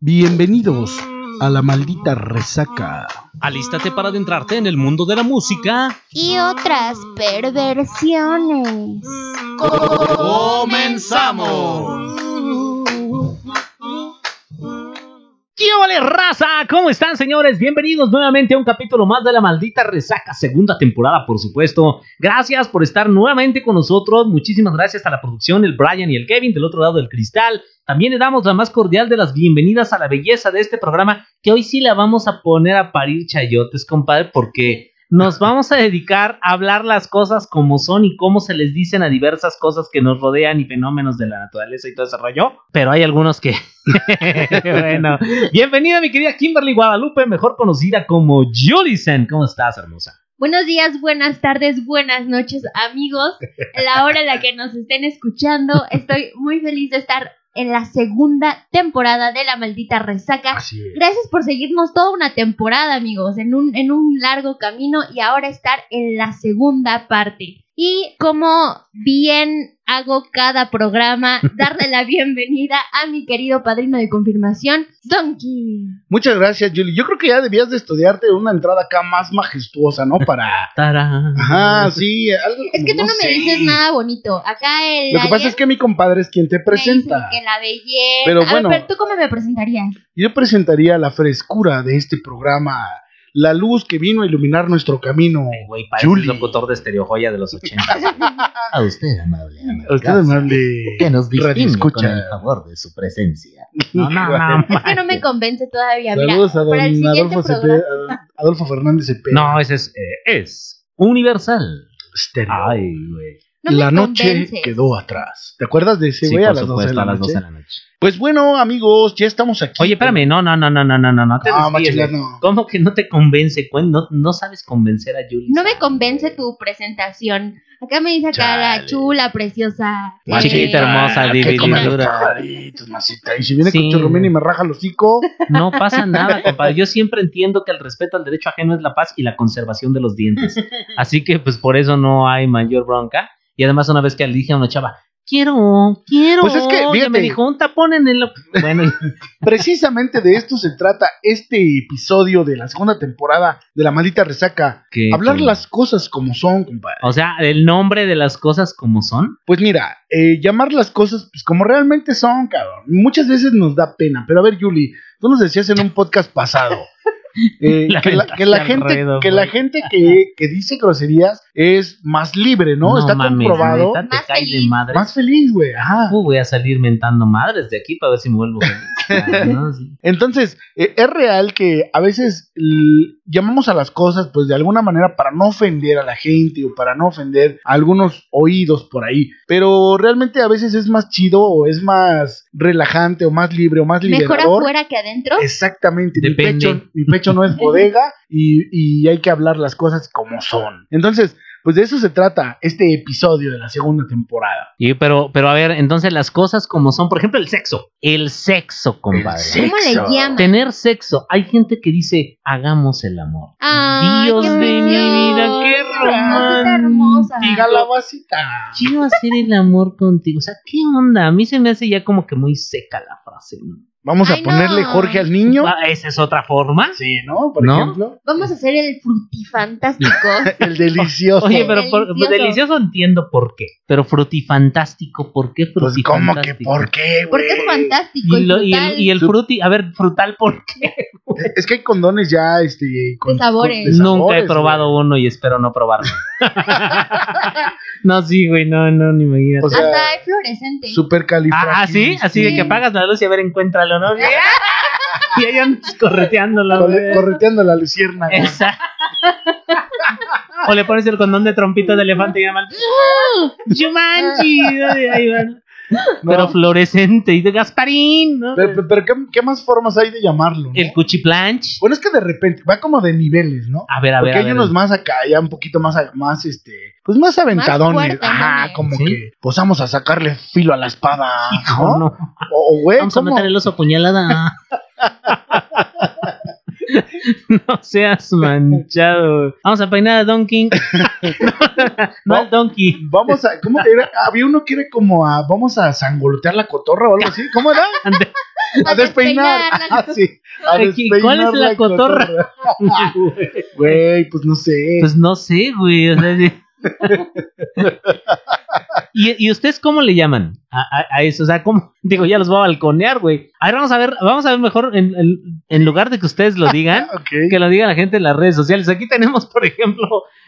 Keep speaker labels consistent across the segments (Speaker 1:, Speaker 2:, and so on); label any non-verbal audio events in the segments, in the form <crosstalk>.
Speaker 1: Bienvenidos a la maldita resaca.
Speaker 2: Alístate para adentrarte en el mundo de la música.
Speaker 3: y otras perversiones.
Speaker 2: ¡Comenzamos! ¡Tío Vale Raza! ¿Cómo están, señores? Bienvenidos nuevamente a un capítulo más de La Maldita Resaca, segunda temporada, por supuesto. Gracias por estar nuevamente con nosotros. Muchísimas gracias a la producción, el Brian y el Kevin del otro lado del cristal. También le damos la más cordial de las bienvenidas a la belleza de este programa, que hoy sí la vamos a poner a parir chayotes, compadre, porque nos vamos a dedicar a hablar las cosas como son y cómo se les dicen a diversas cosas que nos rodean y fenómenos de la naturaleza y todo ese rollo. Pero hay algunos que. <laughs> bueno, bienvenida, mi querida Kimberly Guadalupe, mejor conocida como Julisen. ¿Cómo estás, hermosa?
Speaker 3: Buenos días, buenas tardes, buenas noches, amigos. A La hora en la que nos estén escuchando, estoy muy feliz de estar en la segunda temporada de La Maldita Resaca.
Speaker 1: Así
Speaker 3: Gracias por seguirnos toda una temporada, amigos, en un, en un largo camino y ahora estar en la segunda parte. Y como bien hago cada programa, darle la bienvenida a mi querido padrino de confirmación, Donkey.
Speaker 4: Muchas gracias, Julie. Yo creo que ya debías de estudiarte una entrada acá más majestuosa, ¿no?
Speaker 2: <laughs>
Speaker 4: Para.
Speaker 2: Tarán.
Speaker 4: Ajá, sí. algo
Speaker 3: Es que tú
Speaker 4: como,
Speaker 3: no, me
Speaker 4: sé.
Speaker 3: dices nada bonito. Acá el.
Speaker 4: Lo que pasa
Speaker 3: Ariel
Speaker 4: es que mi compadre es quien te
Speaker 3: me dice
Speaker 4: presenta.
Speaker 3: Que la belleza.
Speaker 4: Pero
Speaker 3: A ver,
Speaker 4: bueno.
Speaker 3: pero tú cómo me presentarías.
Speaker 4: Yo presentaría la frescura de este programa, la luz que vino a iluminar nuestro camino.
Speaker 2: Ay, Güey, parece el
Speaker 4: Julie.
Speaker 2: locutor de estereojoya de los
Speaker 4: <laughs>
Speaker 2: 80.
Speaker 5: A usted, amable Ana
Speaker 4: A usted,
Speaker 5: Gracia,
Speaker 4: amable.
Speaker 5: Que nos distingue con
Speaker 4: radioescucha.
Speaker 5: el favor de su presencia.
Speaker 2: No, no, no.
Speaker 3: Es que no me convence todavía. Mira,
Speaker 4: <laughs> Saludos a don
Speaker 3: para el siguiente
Speaker 4: Adolfo,
Speaker 3: programa.
Speaker 4: Cepeda, a Adolfo Fernández Cepeda.
Speaker 2: No, ese es. eh, es universal.
Speaker 4: Estéreo.
Speaker 2: Ay, güey.
Speaker 3: No me
Speaker 4: la noche
Speaker 3: convences.
Speaker 4: quedó atrás. ¿Te acuerdas de ese
Speaker 2: Sí,
Speaker 4: güey a
Speaker 2: por
Speaker 4: las 12
Speaker 2: supuesto,
Speaker 4: de la
Speaker 2: a las 12
Speaker 4: noche?
Speaker 2: de la noche.
Speaker 4: Pues bueno, amigos, ya estamos aquí.
Speaker 2: Oye, espérame, no, no, no, no, no, no, no, no te
Speaker 4: Ah,
Speaker 2: desvíes,
Speaker 4: machilar,
Speaker 2: güey.
Speaker 4: no.
Speaker 2: ¿Cómo que no te convence? Cuen? No, no sabes convencer a Julie.
Speaker 3: No me convence tu presentación. Acá me dice acá la
Speaker 4: Chale.
Speaker 3: chula, preciosa.
Speaker 2: Más
Speaker 3: eh,
Speaker 2: chiquita, hermosa,
Speaker 4: que
Speaker 2: divina.
Speaker 4: come los pajaritos, masita. Y si viene
Speaker 2: Sí.
Speaker 4: con churrumín y me raja el hocico,
Speaker 2: No pasa nada, compadre. Yo siempre entiendo que el respeto al derecho ajeno es la paz y la conservación de los
Speaker 3: <laughs>
Speaker 2: dientes. Así que, pues, por eso no hay mayor bronca. Y además, una vez que le dije a una chava, quiero, quiero.
Speaker 4: Pues es que,
Speaker 2: ya
Speaker 4: fíjate.
Speaker 2: me dijo, un tapón en el. Bueno,
Speaker 4: precisamente de esto se trata este episodio de la segunda temporada de La Maldita Resaca.
Speaker 2: <laughs> que, pues,
Speaker 4: Hablar las cosas como son, compadre.
Speaker 2: O sea, el nombre de las cosas como son.
Speaker 4: Pues mira, eh, llamar las cosas pues, como realmente son, cabrón. Muchas veces nos da pena. Pero a ver, Yuli, tú nos decías en un podcast
Speaker 2: <laughs>
Speaker 4: pasado eh,
Speaker 2: La
Speaker 4: que, la, que la
Speaker 2: ventaja
Speaker 4: gente,
Speaker 2: alrededor,
Speaker 4: que, la
Speaker 2: güey.
Speaker 4: gente que, que dice groserías es más libre, ¿no? Está
Speaker 2: mames,
Speaker 4: comprobado.
Speaker 2: neta, te
Speaker 3: Más
Speaker 2: cae de
Speaker 3: feliz.
Speaker 2: madre.
Speaker 4: Más feliz, güey. Ajá.
Speaker 2: Uh, voy a salir mentando madres de aquí para ver si me vuelvo
Speaker 4: <laughs>
Speaker 2: feliz. ¿no? Sí.
Speaker 4: Entonces, eh, es real que a veces l- llamamos a las cosas, pues de alguna manera, para no ofender a la gente o para no ofender a algunos oídos por ahí. Pero realmente a veces es más chido o es más relajante o más libre o más
Speaker 3: Mejor
Speaker 4: liberador.
Speaker 3: afuera que adentro.
Speaker 4: Exactamente, mi
Speaker 2: Depende.
Speaker 4: pecho, mi pecho
Speaker 3: <laughs>
Speaker 4: no es bodega y, y hay que hablar las cosas como son. Entonces, pues de eso se trata este episodio de la segunda temporada.
Speaker 2: Y, pero, pero a ver, entonces las cosas como son, por ejemplo, el sexo. El sexo, compadre.
Speaker 3: ¿Cómo le
Speaker 4: Sexo.
Speaker 3: llaman?
Speaker 2: Tener sexo. Hay gente que dice, hagamos el amor.
Speaker 3: Ay,
Speaker 2: Dios
Speaker 3: qué
Speaker 2: de mi vida,
Speaker 3: preciosa,
Speaker 2: qué
Speaker 3: cosita hermosa.
Speaker 4: Diga la vasita.
Speaker 2: Quiero hacer el amor contigo. O sea, ¿qué onda? A mí se me hace ya como que muy seca la frase. ¿no?
Speaker 4: Vamos a
Speaker 3: Ay, no.
Speaker 4: ponerle Jorge al niño.
Speaker 2: Ah, Esa es otra forma.
Speaker 4: Sí, ¿no? Por
Speaker 2: ¿No?
Speaker 4: ejemplo.
Speaker 3: Vamos a hacer el
Speaker 4: <laughs>
Speaker 3: frutifantástico. <laughs>
Speaker 4: El delicioso.
Speaker 2: Oye, pero por-
Speaker 3: Delicioso.
Speaker 2: delicioso entiendo por qué. Pero frutifantástico, ¿por qué
Speaker 4: pues, ¿cómo que
Speaker 2: frutifantástico?
Speaker 4: por qué, güey?
Speaker 3: Porque es fantástico.
Speaker 2: Y, lo- y
Speaker 3: frutal.
Speaker 2: el, y el fruti, a ver, frutal, ¿por qué?
Speaker 4: Es que hay condones ya, este. Con,
Speaker 3: sabores.
Speaker 4: con- de
Speaker 2: Nunca
Speaker 4: sabores,
Speaker 2: he probado uno y espero no probarlo. <laughs> no, sí, güey, no, no, ni me
Speaker 4: O sea,
Speaker 3: Hasta hay fluorescente.
Speaker 4: güey. Supercalifragilístico.
Speaker 2: Ah, ah, sí, así de
Speaker 3: Sí.
Speaker 2: que apagas la luz y a ver, encuéntralo, ¿no? Y ahí andas correteándolo.
Speaker 4: Corre-
Speaker 2: güey.
Speaker 4: correteando la lucierna. güey.
Speaker 2: Esa. O le pones el condón de trompita de elefante y llaman "Ah, Jumanji. Ahí van.
Speaker 4: No,
Speaker 2: Pero fluorescente y de Gasparín, ¿no?
Speaker 4: pero, pero- pero ¿qué, qué más formas hay de llamarlo? no?
Speaker 2: El cuchiplanch.
Speaker 4: Bueno, es que de repente va como de niveles, ¿no?
Speaker 2: A ver, a
Speaker 4: Porque
Speaker 2: ver. a
Speaker 4: hay
Speaker 2: ver.
Speaker 4: unos más acá, ya un poquito más, a- más este, pues más aventadones.
Speaker 3: fuertes,
Speaker 4: Ajá,
Speaker 3: ¿no?
Speaker 4: como
Speaker 2: Sí.
Speaker 4: que, pues vamos a sacarle filo a la espada.
Speaker 2: Hijo,
Speaker 4: ¿no?
Speaker 2: no.
Speaker 4: O, o, güey,
Speaker 2: Vamos a
Speaker 4: ¿cómo?
Speaker 2: meter el
Speaker 4: <laughs>
Speaker 2: oso puñalada. no seas manchado. Vamos a peinar
Speaker 4: <laughs>
Speaker 2: a Donkey. no al Donkey.
Speaker 4: Vamos a, ¿cómo era? Había uno que era como a, vamos a sangolotear la cotorra o algo así. ¿Cómo era? A despeinar.
Speaker 3: despeinar
Speaker 4: Ah, sí, a
Speaker 2: Aquí, ¿cuál es
Speaker 4: despeinar
Speaker 2: la cotorra?
Speaker 4: <laughs> Güey, pues no sé.
Speaker 2: <laughs> Pues no sé, güey. o sea, sí. <laughs> ¿Y, y ustedes cómo le llaman a, a- a eso? O sea, ¿cómo? Digo, ya los va a balconear, güey. A ver, vamos a ver, vamos a ver mejor en, en- en lugar de que ustedes lo
Speaker 4: <laughs>
Speaker 2: digan,
Speaker 4: Ok.
Speaker 2: Pues, que lo diga la gente en las redes sociales. Aquí tenemos, por ejemplo,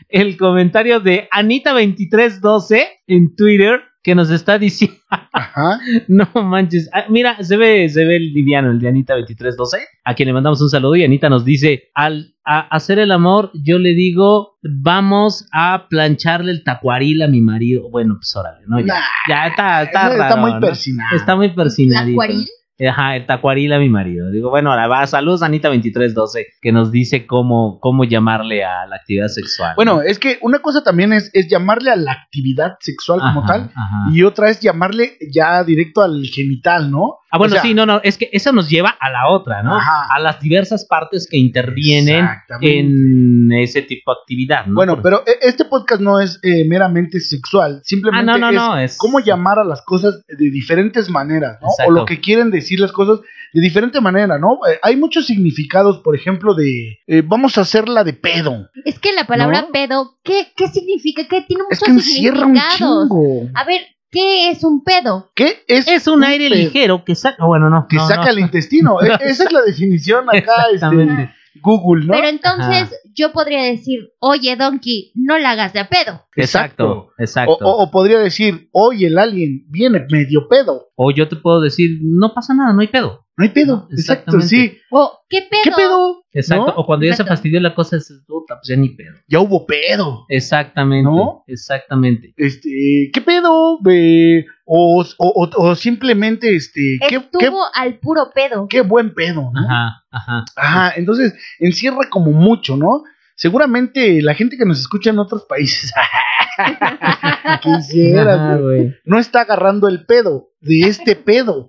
Speaker 2: el comentario de Anita2312 en Twitter que nos está diciendo,
Speaker 4: Ajá.
Speaker 2: <laughs> no manches, Ah, mira, se ve, se ve el liviano, el de Anita2312, a quien le mandamos un saludo y Anita nos dice, al a- hacer el amor, yo le digo, vamos a plancharle el tacuaril a mi marido. Bueno, pues órale, ¿no? Ya,
Speaker 4: Nah,
Speaker 2: ya está, está,
Speaker 4: Eso
Speaker 2: raro,
Speaker 4: muy
Speaker 2: ¿no?
Speaker 4: persinado.
Speaker 2: Está muy
Speaker 3: la
Speaker 2: persinadito.
Speaker 3: cuaril.
Speaker 2: Ajá, el tacuaril a mi marido. Digo, bueno, ahora va. Saludos, Anita2312, que nos dice cómo, cómo llamarle a la actividad sexual.
Speaker 4: Bueno, es que una cosa también es, es llamarle a la actividad sexual
Speaker 2: Ajá,
Speaker 4: como tal
Speaker 2: ajá.
Speaker 4: y otra es llamarle ya directo al genital, ¿no?
Speaker 2: Ah, bueno,
Speaker 4: O sea,
Speaker 2: sí, no, no, es que eso nos lleva a la otra, ¿no?
Speaker 4: Ajá.
Speaker 2: A las diversas partes que intervienen
Speaker 4: Exactamente.
Speaker 2: en ese tipo de actividad, ¿no?
Speaker 4: Bueno, pero eh, este podcast no es eh, meramente sexual,
Speaker 2: ah,
Speaker 4: simplemente
Speaker 2: no, no,
Speaker 4: es
Speaker 2: no, es
Speaker 4: cómo llamar a las cosas de diferentes maneras, ¿no?
Speaker 2: Exacto.
Speaker 4: O lo que quieren decir las cosas de diferente manera, ¿no? Eh, hay muchos significados, por ejemplo, de eh, vamos a hacerla de pedo.
Speaker 3: Es que la palabra
Speaker 4: ¿No?
Speaker 3: pedo, ¿qué, ¿qué significa? ¿Qué tiene
Speaker 4: Es que
Speaker 3: muchos
Speaker 4: encierra un
Speaker 3: significados?
Speaker 4: chingo.
Speaker 3: A ver, ¿qué es un pedo?
Speaker 4: ¿Qué es?
Speaker 2: es un aire
Speaker 4: pedo?
Speaker 2: ligero que saca, bueno, no,
Speaker 4: Que
Speaker 2: no,
Speaker 4: saca
Speaker 2: no.
Speaker 4: el
Speaker 2: <laughs>
Speaker 4: intestino. E- Esa es la definición acá, este,
Speaker 2: Exactamente.
Speaker 4: Google, ¿no?
Speaker 3: Pero entonces yo podría decir, oye, Donkey, no la hagas de a pedo.
Speaker 2: Exacto, exacto.
Speaker 4: O, o- o podría decir, hoy el alien viene medio pedo.
Speaker 2: o yo te puedo decir, no pasa nada, no hay pedo.
Speaker 4: No hay pedo. Exacto,
Speaker 2: Exactamente.
Speaker 4: sí.
Speaker 3: O, ¿qué pedo?
Speaker 4: ¿Qué pedo?
Speaker 2: Exacto.
Speaker 4: ¿No?
Speaker 2: O cuando ya se
Speaker 3: Exacto.
Speaker 2: fastidió la cosa, es puta, pues ya ni pedo.
Speaker 4: Ya hubo pedo.
Speaker 2: Exactamente.
Speaker 4: ¿No?
Speaker 2: Exactamente.
Speaker 4: Este, ¿qué pedo? Eh, o, o- o- o simplemente, este, ¿qué, qué,
Speaker 3: Estuvo al puro pedo.
Speaker 4: qué buen pedo, ¿no? Ajá.
Speaker 2: Ajá, ajá.
Speaker 4: entonces encierra como mucho, ¿no? Seguramente la gente que nos escucha en otros países <laughs> quisiera,
Speaker 2: Ajá,
Speaker 4: güey.
Speaker 2: güey.
Speaker 4: no está agarrando el pedo de este pedo.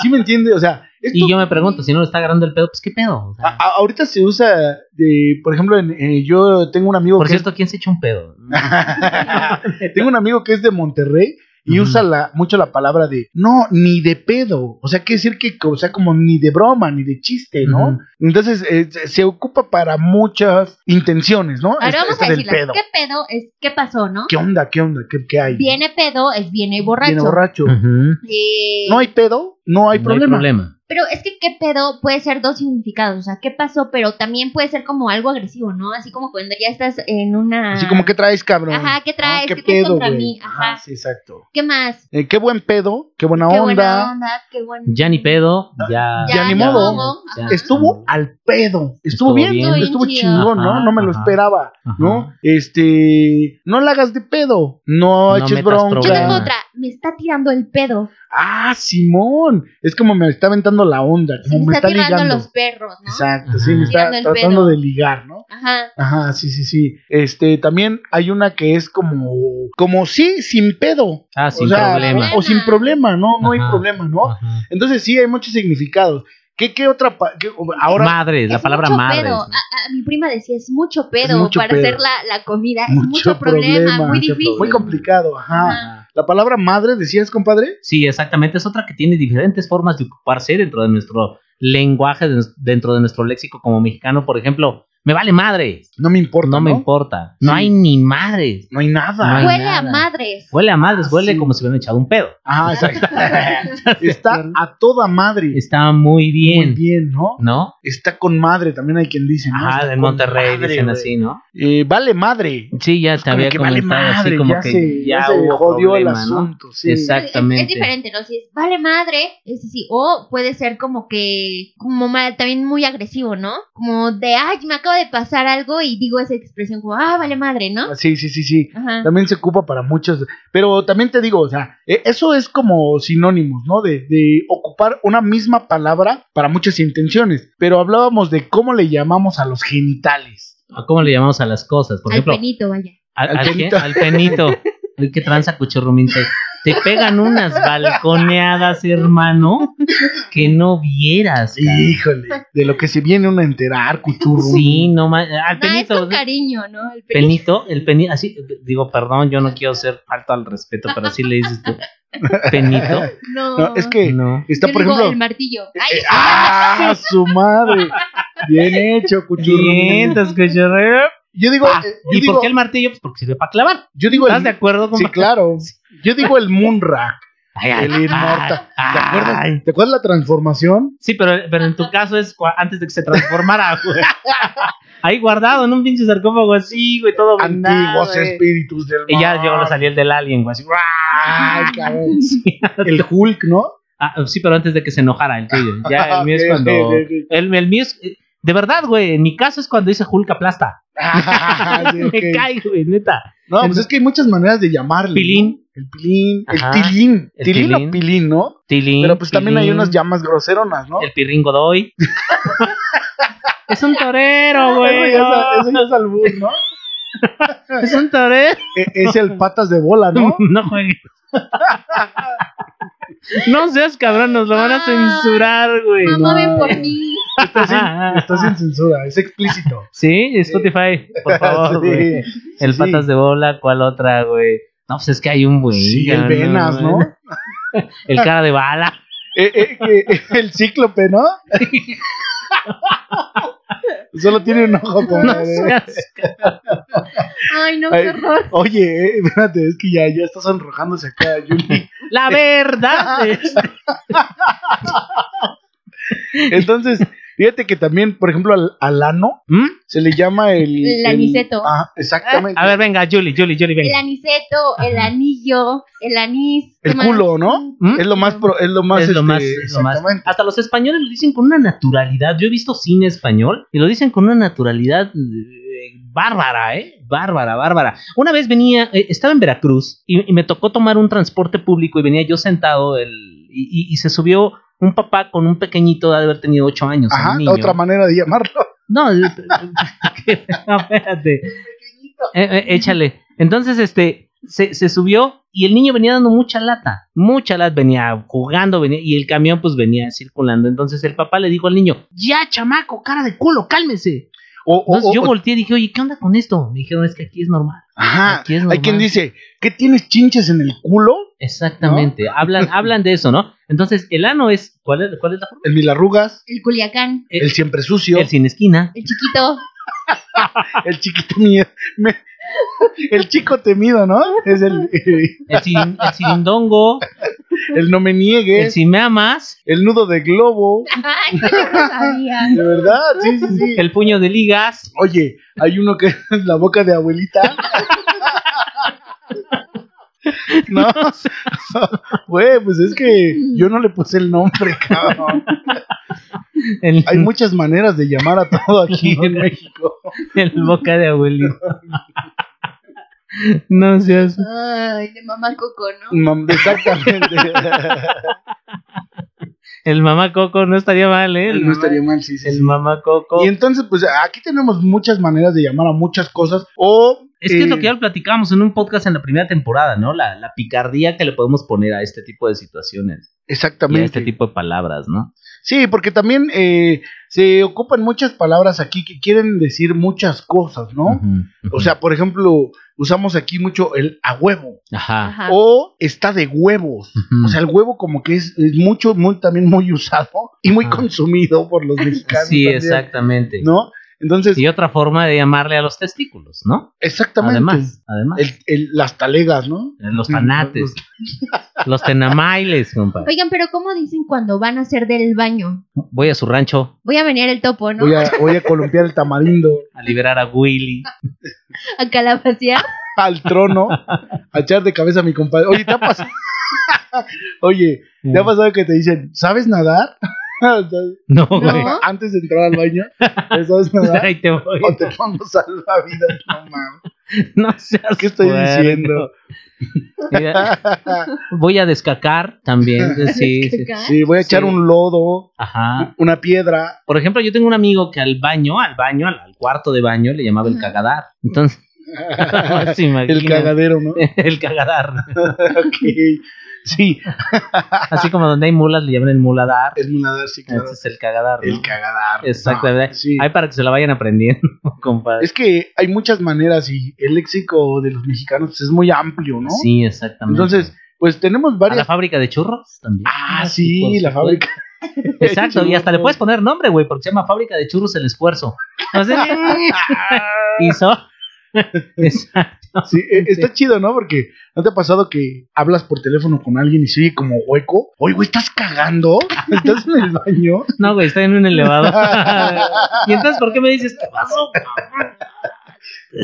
Speaker 4: ¿Sí me entiende? O sea, esto-
Speaker 2: Y yo me pregunto, si no le está agarrando el pedo, pues qué pedo. O sea,
Speaker 4: a- a- ahorita se usa, de, por ejemplo, en- eh, yo tengo un amigo
Speaker 2: por
Speaker 4: que
Speaker 2: cierto, ¿quién se echa un pedo?
Speaker 4: tengo un amigo que es de Monterrey y
Speaker 2: Ujú.
Speaker 4: usa la, mucho la palabra de no, ni de pedo. O sea, quiere decir que, o sea, como ni de broma, ni de chiste, ¿no?
Speaker 2: Ujú.
Speaker 4: Entonces, eh, se- se ocupa para muchas intenciones, ¿no?
Speaker 3: Ahora
Speaker 4: Esta-
Speaker 3: vamos
Speaker 4: esta
Speaker 3: a
Speaker 4: del
Speaker 3: decirlas,
Speaker 4: pedo.
Speaker 3: ¿qué pedo es qué pasó, no?
Speaker 4: ¿Qué onda? ¿Qué onda? ¿Qué, qué hay?
Speaker 3: Viene pedo es viene borracho.
Speaker 4: Viene borracho.
Speaker 2: Ujú.
Speaker 3: Eh,
Speaker 4: No hay pedo, no hay problema.
Speaker 3: Pero es que qué pedo puede ser dos significados, o sea, qué pasó, pero también puede ser como algo agresivo, ¿no? Así como cuando ya estás en una...
Speaker 4: Así como, ¿qué traes, cabrón? "Ah,
Speaker 3: Ajá, ¿qué traes?
Speaker 4: ¿qué
Speaker 3: ¿Qué traes
Speaker 4: pedo,
Speaker 3: contra
Speaker 4: güey? Ah,
Speaker 3: mí? Ajá.
Speaker 4: sí, exacto.
Speaker 3: ¿Qué más?
Speaker 4: Eh, qué buen pedo, qué buena
Speaker 3: qué
Speaker 4: onda.
Speaker 3: buena onda, qué buen...
Speaker 2: Ya ni pedo, ya.
Speaker 4: Ya ni modo.
Speaker 2: ya.
Speaker 4: Estuvo al pedo, estuvo,
Speaker 2: Ah. Estuvo
Speaker 4: bien,
Speaker 2: bien.
Speaker 4: estuvo
Speaker 3: Estuvo bien chido.
Speaker 4: chingón, ¿no?
Speaker 2: Ajá,
Speaker 4: No me lo
Speaker 2: ajá.
Speaker 4: esperaba,
Speaker 2: Ajá.
Speaker 4: ¿no? Este, no la hagas de pedo, no,
Speaker 2: No
Speaker 4: eches
Speaker 2: metas
Speaker 4: bronca.
Speaker 3: Yo
Speaker 2: Ya.
Speaker 3: tengo otra, me está tirando el pedo,
Speaker 4: Ah, Simón, es como me está aventando la onda,
Speaker 3: se
Speaker 4: como
Speaker 3: me
Speaker 4: me
Speaker 3: está,
Speaker 4: está
Speaker 3: tirando
Speaker 4: ligando.
Speaker 3: los perros, ¿no?
Speaker 4: Exacto,
Speaker 2: Ajá.
Speaker 4: sí, me está
Speaker 3: Tirando el
Speaker 4: tratando
Speaker 3: pedo.
Speaker 4: de ligar, ¿no?
Speaker 3: Ajá.
Speaker 4: Ajá, sí, sí, sí. Este, también hay una que es como, como sí, sin pedo.
Speaker 2: Ah, sin
Speaker 4: o sea,
Speaker 2: problema.
Speaker 4: O sin problema, no, no hay
Speaker 2: Ajá.
Speaker 4: problema, ¿no?
Speaker 2: Ajá.
Speaker 4: Entonces sí, hay muchos significados. ¿Qué, qué otra? pa- qué- ahora
Speaker 2: madres, la
Speaker 3: Es
Speaker 2: palabra
Speaker 3: mucho
Speaker 2: madres.
Speaker 3: pedo. A, a mi prima decía, es mucho pedo
Speaker 4: mucho
Speaker 3: para
Speaker 4: pedo.
Speaker 3: hacer la, la comida, es mucho problema, muy
Speaker 4: mucho
Speaker 3: difícil.
Speaker 4: problema. Muy complicado, ajá.
Speaker 3: Ajá.
Speaker 4: La palabra madre, decías, compadre.
Speaker 2: Sí, exactamente. Es otra que tiene diferentes formas de ocuparse dentro de nuestro lenguaje, de- dentro de nuestro léxico como mexicano. Por ejemplo, me vale madre.
Speaker 4: No me importa.
Speaker 2: No
Speaker 4: No,
Speaker 2: me importa. No
Speaker 4: Sí.
Speaker 2: hay ni madres.
Speaker 4: No hay nada.
Speaker 2: No hay-
Speaker 3: Huele a
Speaker 2: nada.
Speaker 3: madres.
Speaker 2: Huele a madres,
Speaker 4: Ah,
Speaker 2: huele
Speaker 4: sí.
Speaker 2: como si hubieran echado un pedo.
Speaker 4: Ajá, exacto. Ah, Está a toda madre.
Speaker 2: Está muy bien.
Speaker 4: Muy bien, ¿no?
Speaker 2: ¿No?
Speaker 4: Está con madre, también hay quien dice. ¿no?
Speaker 2: Ah,
Speaker 4: Está con
Speaker 2: en Monterrey
Speaker 4: madre,
Speaker 2: dicen
Speaker 4: güey.
Speaker 2: así, ¿no?
Speaker 4: Eh, vale madre.
Speaker 2: Sí, ya te
Speaker 4: Como
Speaker 2: había
Speaker 4: que vale
Speaker 2: comentado así
Speaker 4: madre,
Speaker 2: como
Speaker 4: ya
Speaker 2: que
Speaker 4: se,
Speaker 2: ya,
Speaker 4: ya se
Speaker 2: hubo
Speaker 4: jodió
Speaker 2: problema,
Speaker 4: el
Speaker 2: ¿no?
Speaker 4: asunto. Sí.
Speaker 2: Exacto. Exactamente.
Speaker 3: Es, es diferente, ¿no? Si es vale madre, es así. O puede ser como que, como ma- también muy agresivo, ¿no? Como de, ay, me acaba de pasar algo y digo esa expresión como, ah, vale madre, ¿no?
Speaker 4: Sí, sí, sí, sí.
Speaker 3: Ajá.
Speaker 4: También se ocupa para muchos, pero también te digo, o sea, e- eso es como sinónimos, ¿no? De, de ocupar una misma palabra para muchas intenciones, pero hablábamos de cómo le llamamos a los genitales.
Speaker 2: ¿A ¿Cómo le llamamos a las cosas? Por
Speaker 3: Al
Speaker 2: ejemplo,
Speaker 3: penito, vaya.
Speaker 2: al,
Speaker 4: Al
Speaker 2: al qué?
Speaker 4: penito.
Speaker 2: Al
Speaker 4: <laughs>
Speaker 2: penito. Ay, qué tranza, cuchurrumín. Te, te pegan unas balconeadas, hermano, que no vieras. cara.
Speaker 4: Híjole, de lo que se viene uno a enterar, cuchurro.
Speaker 2: Sí, no más. Al
Speaker 3: No, es
Speaker 2: penito.
Speaker 3: con cariño, ¿no? El
Speaker 2: Penito,
Speaker 3: penito.
Speaker 2: el penito, así, digo, perdón, yo no quiero ser falto al respeto, pero así le dices tú. Penito.
Speaker 3: No.
Speaker 4: No, es que
Speaker 2: No.
Speaker 4: está,
Speaker 3: Yo
Speaker 4: por
Speaker 3: digo,
Speaker 4: ejemplo.
Speaker 3: el martillo. Ay,
Speaker 4: eh,
Speaker 2: <laughs>
Speaker 4: ¡Ah! ¡Su madre! Bien hecho, cuchurro.
Speaker 2: Bien, te escuché.
Speaker 4: Yo digo.
Speaker 2: Ah,
Speaker 4: eh, yo
Speaker 2: ¿Y
Speaker 4: digo,
Speaker 2: por qué el martillo? Pues porque sirve para clavar.
Speaker 4: yo digo
Speaker 2: ¿Estás
Speaker 4: el,
Speaker 2: de acuerdo con
Speaker 4: Sí, claro. Yo digo el Moonrack.
Speaker 2: Ay, ay,
Speaker 4: El inmortal.
Speaker 2: ay,
Speaker 4: ¿Te acuerdas?
Speaker 2: ay.
Speaker 4: ¿Te acuerdas la transformación?
Speaker 2: Sí, pero, pero en tu caso es cua- antes de que se transformara, <laughs> güey. Ahí guardado en un pinche sarcófago así, güey, todo vendado,
Speaker 4: Antiguos
Speaker 2: güey.
Speaker 4: espíritus del mar.
Speaker 2: Y ya llegó la salida el del alien, güey, así. ¡guau!
Speaker 4: Ay, cabrón.
Speaker 2: <laughs> Sí.
Speaker 4: El Hulk, ¿no?
Speaker 2: <laughs> Ah, sí, pero antes de que se enojara el <laughs> tuyo. Ya el mío es
Speaker 4: Ok,
Speaker 2: cuando.
Speaker 4: ok, ok.
Speaker 2: El, el mío es. De verdad, güey, en mi caso es cuando dice Hulk aplasta.
Speaker 4: Ah, sí, <laughs> ok.
Speaker 2: Me cae, güey, neta.
Speaker 4: No, pues es que hay muchas maneras de llamarle.
Speaker 2: Pilín.
Speaker 4: ¿no? El pilín.
Speaker 2: Ajá.
Speaker 4: El tilín.
Speaker 2: El
Speaker 4: tilín
Speaker 2: tilín.
Speaker 4: o pilín, ¿no?
Speaker 2: Tilín,
Speaker 4: Pero pues también hay
Speaker 2: tilín,
Speaker 4: unas llamas groseronas, ¿no?
Speaker 2: El
Speaker 4: <laughs>
Speaker 2: pirrín Godoy. es un torero,
Speaker 4: Eso Ah,
Speaker 2: güey.
Speaker 4: ya es, eso ya es albur, ¿no?
Speaker 2: Es un torero.
Speaker 4: E- es el patas de bola, <laughs>
Speaker 2: <laughs>
Speaker 4: ¿no?
Speaker 2: No juegues. no seas cabrón, nos lo van a censurar, güey. Pues
Speaker 3: mamá,
Speaker 4: no.
Speaker 3: ven por mí.
Speaker 4: Está sin censura, es
Speaker 2: <laughs>
Speaker 4: explícito.
Speaker 2: Sí, Spotify, por favor,
Speaker 4: <laughs> Sí,
Speaker 2: Oh, güey. El
Speaker 4: sí.
Speaker 2: patas de bola, ¿cuál otra, güey? No, pues es que hay un güey.
Speaker 4: Sí,
Speaker 2: ya,
Speaker 4: el venas, ¿no?
Speaker 2: El cara
Speaker 4: <laughs>
Speaker 2: de bala.
Speaker 4: Eh, eh, eh, eh, el cíclope,
Speaker 2: <laughs>
Speaker 4: ¿no? Solo tiene un ojo como.
Speaker 2: No seas-
Speaker 3: Ay, no,
Speaker 4: Ay,
Speaker 3: qué horror.
Speaker 4: Oye, eh, <laughs> espérate, es que ya, ya está sonrojándose acá, Juli.
Speaker 2: <laughs>
Speaker 4: <laughs>
Speaker 2: La verdad. es-
Speaker 4: Entonces, fíjate que también, por ejemplo, al, al ano
Speaker 2: ¿Mm?
Speaker 4: se le llama el.
Speaker 3: El aniceto.
Speaker 4: Ah, exactamente.
Speaker 2: A ver, venga, Julie, Julie, Julie,
Speaker 3: El
Speaker 2: venga.
Speaker 3: aniceto, el
Speaker 2: Ajá.
Speaker 3: anillo, el anís. ¿qué
Speaker 4: el
Speaker 3: más?
Speaker 4: culo, ¿no?
Speaker 2: ¿Mm?
Speaker 4: Es lo más. pro- es lo más.
Speaker 2: es lo
Speaker 4: este,
Speaker 2: más, es lo más.
Speaker 4: exactamente.
Speaker 2: Hasta los españoles lo dicen con una naturalidad. Yo he visto cine español y lo dicen con una naturalidad eh, bárbara, ¿eh? Bárbara, bárbara. Una vez venía, eh, estaba en Veracruz y, y me tocó tomar un transporte público y venía yo sentado el, y, y- y se subió un papá con un pequeñito de haber tenido ocho años.
Speaker 4: Ajá,
Speaker 2: un niño.
Speaker 4: otra manera de llamarlo.
Speaker 2: No, eh, eh, no, espérate. Eh, eh, échale. Entonces, este, se, se subió y el niño venía dando mucha lata. Mucha lata, venía jugando, venía, y el camión pues venía circulando. Entonces el papá le dijo al niño, <laughs> ya chamaco, cara de culo, cálmese.
Speaker 4: O, o-
Speaker 2: Entonces
Speaker 4: o-
Speaker 2: yo
Speaker 4: o-
Speaker 2: volteé y dije, oye, ¿qué onda con esto? Me dijeron, es que aquí es normal.
Speaker 4: Ajá.
Speaker 2: Aquí es normal.
Speaker 4: Hay quien dice, ¿qué tienes chinches en el culo?
Speaker 2: Exactamente, hablan, hablan de eso, ¿no? Entonces, el ano es, ¿cuál es, cuál es la forma?
Speaker 4: El mil arrugas,
Speaker 3: El culiacán,
Speaker 2: Eh,
Speaker 4: el siempre sucio,
Speaker 2: El
Speaker 4: el,
Speaker 2: sin esquina.
Speaker 3: el chiquito. <laughs>
Speaker 4: chiquito miedo. <laughs> el chico temido, ¿no? Es el,
Speaker 2: <laughs> El sin,
Speaker 4: <laughs>
Speaker 2: el sirindongo,
Speaker 4: el no me
Speaker 2: el
Speaker 4: niegues,
Speaker 2: si me amas,
Speaker 4: el nudo de globo.
Speaker 3: Ay, yo no sabía.
Speaker 4: De verdad, sí, sí, sí.
Speaker 2: el puño de ligas.
Speaker 4: Oye, hay uno que <laughs> es la boca de abuelita. <laughs> No, <laughs> güey, pues es que yo no le puse el nombre, cabrón.
Speaker 2: el-
Speaker 4: Hay muchas maneras de llamar a todo aquí en México.
Speaker 2: <laughs> El boca de abuelito. <laughs> No seas.
Speaker 3: Ay, de mamá Coco, ¿no?
Speaker 4: Mam- Exactamente.
Speaker 2: El mamá coco no estaría mal, ¿eh? <laughs> El
Speaker 4: No
Speaker 2: mamá-
Speaker 4: estaría mal, sí, sí.
Speaker 2: El
Speaker 4: sí.
Speaker 2: mamá coco.
Speaker 4: Y entonces, pues aquí tenemos muchas maneras de llamar a muchas cosas. O.
Speaker 2: Es que es lo
Speaker 4: eh,
Speaker 2: que ya lo platicamos en un podcast en la primera temporada, ¿no? La, la picardía que le podemos poner a este tipo de situaciones y a
Speaker 4: Exactamente.
Speaker 2: este tipo de palabras, ¿no?
Speaker 4: Sí, porque también eh, se ocupan muchas palabras aquí que quieren decir muchas cosas, ¿no?
Speaker 2: Ujú, ujú.
Speaker 4: O sea, por ejemplo, usamos aquí mucho el a huevo
Speaker 2: Ajá.
Speaker 3: Ajá.
Speaker 4: o está de huevos.
Speaker 2: Ujú.
Speaker 4: O sea, el huevo como que es, es mucho, muy, también muy usado y muy
Speaker 2: Ajá.
Speaker 4: consumido por los mexicanos.
Speaker 2: <laughs> sí,
Speaker 4: también,
Speaker 2: exactamente.
Speaker 4: ¿No? Entonces,
Speaker 2: Y otra forma de llamarle a los testículos, ¿no?
Speaker 4: exactamente.
Speaker 2: Además, además.
Speaker 4: el- el- las talegas, ¿no? <laughs>
Speaker 2: Los tanates, los tenamailes, compadre.
Speaker 3: Oigan, pero ¿cómo dicen cuando van a hacer del baño?
Speaker 2: Voy a su rancho
Speaker 3: Voy a venir el topo, ¿no?
Speaker 4: Voy a, voy a columpiar el
Speaker 2: <laughs>
Speaker 4: tamarindo
Speaker 2: a liberar a Willy.
Speaker 3: A calabacear.
Speaker 4: al trono, a echar de cabeza a mi compadre. Oye, ¿te ha pasado? <laughs> Oye, ¿te
Speaker 2: Mm.
Speaker 4: ha pasado que te dicen, ¿sabes nadar? <laughs>
Speaker 2: No,
Speaker 3: No.
Speaker 2: güey.
Speaker 4: Antes de entrar al baño, ¿eh, ¿sabes nadar?
Speaker 2: Ahí te voy.
Speaker 4: O te pongo salvavidas, no mames.
Speaker 2: <laughs> No seas
Speaker 4: ¿Qué estoy
Speaker 2: puerco.
Speaker 4: diciendo?
Speaker 2: <laughs> Mira, voy a descacar
Speaker 4: <laughs>
Speaker 2: también. Sí, sí.
Speaker 3: Caca.
Speaker 4: Sí, voy a echar
Speaker 2: Sí.
Speaker 4: un lodo,
Speaker 2: Ajá.
Speaker 4: una piedra.
Speaker 2: Por ejemplo, yo tengo un amigo que al baño, al baño, al, al cuarto de baño, le llamaba el
Speaker 3: Ujú.
Speaker 2: cagadar. Entonces, <laughs> se imagina.
Speaker 4: El cagadero, ¿no?
Speaker 2: <laughs> El cagadar.
Speaker 4: Ok. Sí,
Speaker 2: Así como donde hay mulas le llaman el muladar.
Speaker 4: es un nadar, sí, claro.
Speaker 2: Ese es el cagadar. ¿no?
Speaker 4: El cagadar.
Speaker 2: Exactamente.
Speaker 4: No, sí.
Speaker 2: Ahí para que se la vayan aprendiendo, <laughs> compadre.
Speaker 4: Es que hay muchas maneras y el léxico de los mexicanos pues, es muy amplio, ¿no?
Speaker 2: Sí, exactamente.
Speaker 4: Entonces, pues tenemos
Speaker 2: A la
Speaker 4: varias.
Speaker 2: fábrica de churros también.
Speaker 4: Ah, sí,
Speaker 2: Por
Speaker 4: la
Speaker 2: supuesto.
Speaker 4: fábrica.
Speaker 2: <laughs> Exacto, y hasta le puedes poner nombre, güey, porque se llama Fábrica de Churros el Esfuerzo.
Speaker 4: <laughs>
Speaker 2: O sea, y so- <laughs> Exacto.
Speaker 4: Sí, eh, está chido, ¿no? Porque ¿no te ha pasado que hablas por teléfono con alguien y se oye como hueco? Oye, güey, ¿estás cagando? <laughs> ¿Estás en el baño?
Speaker 2: No, güey, estoy en un elevador. <laughs> y entonces, ¿por qué me dices qué pasó? cabrón?"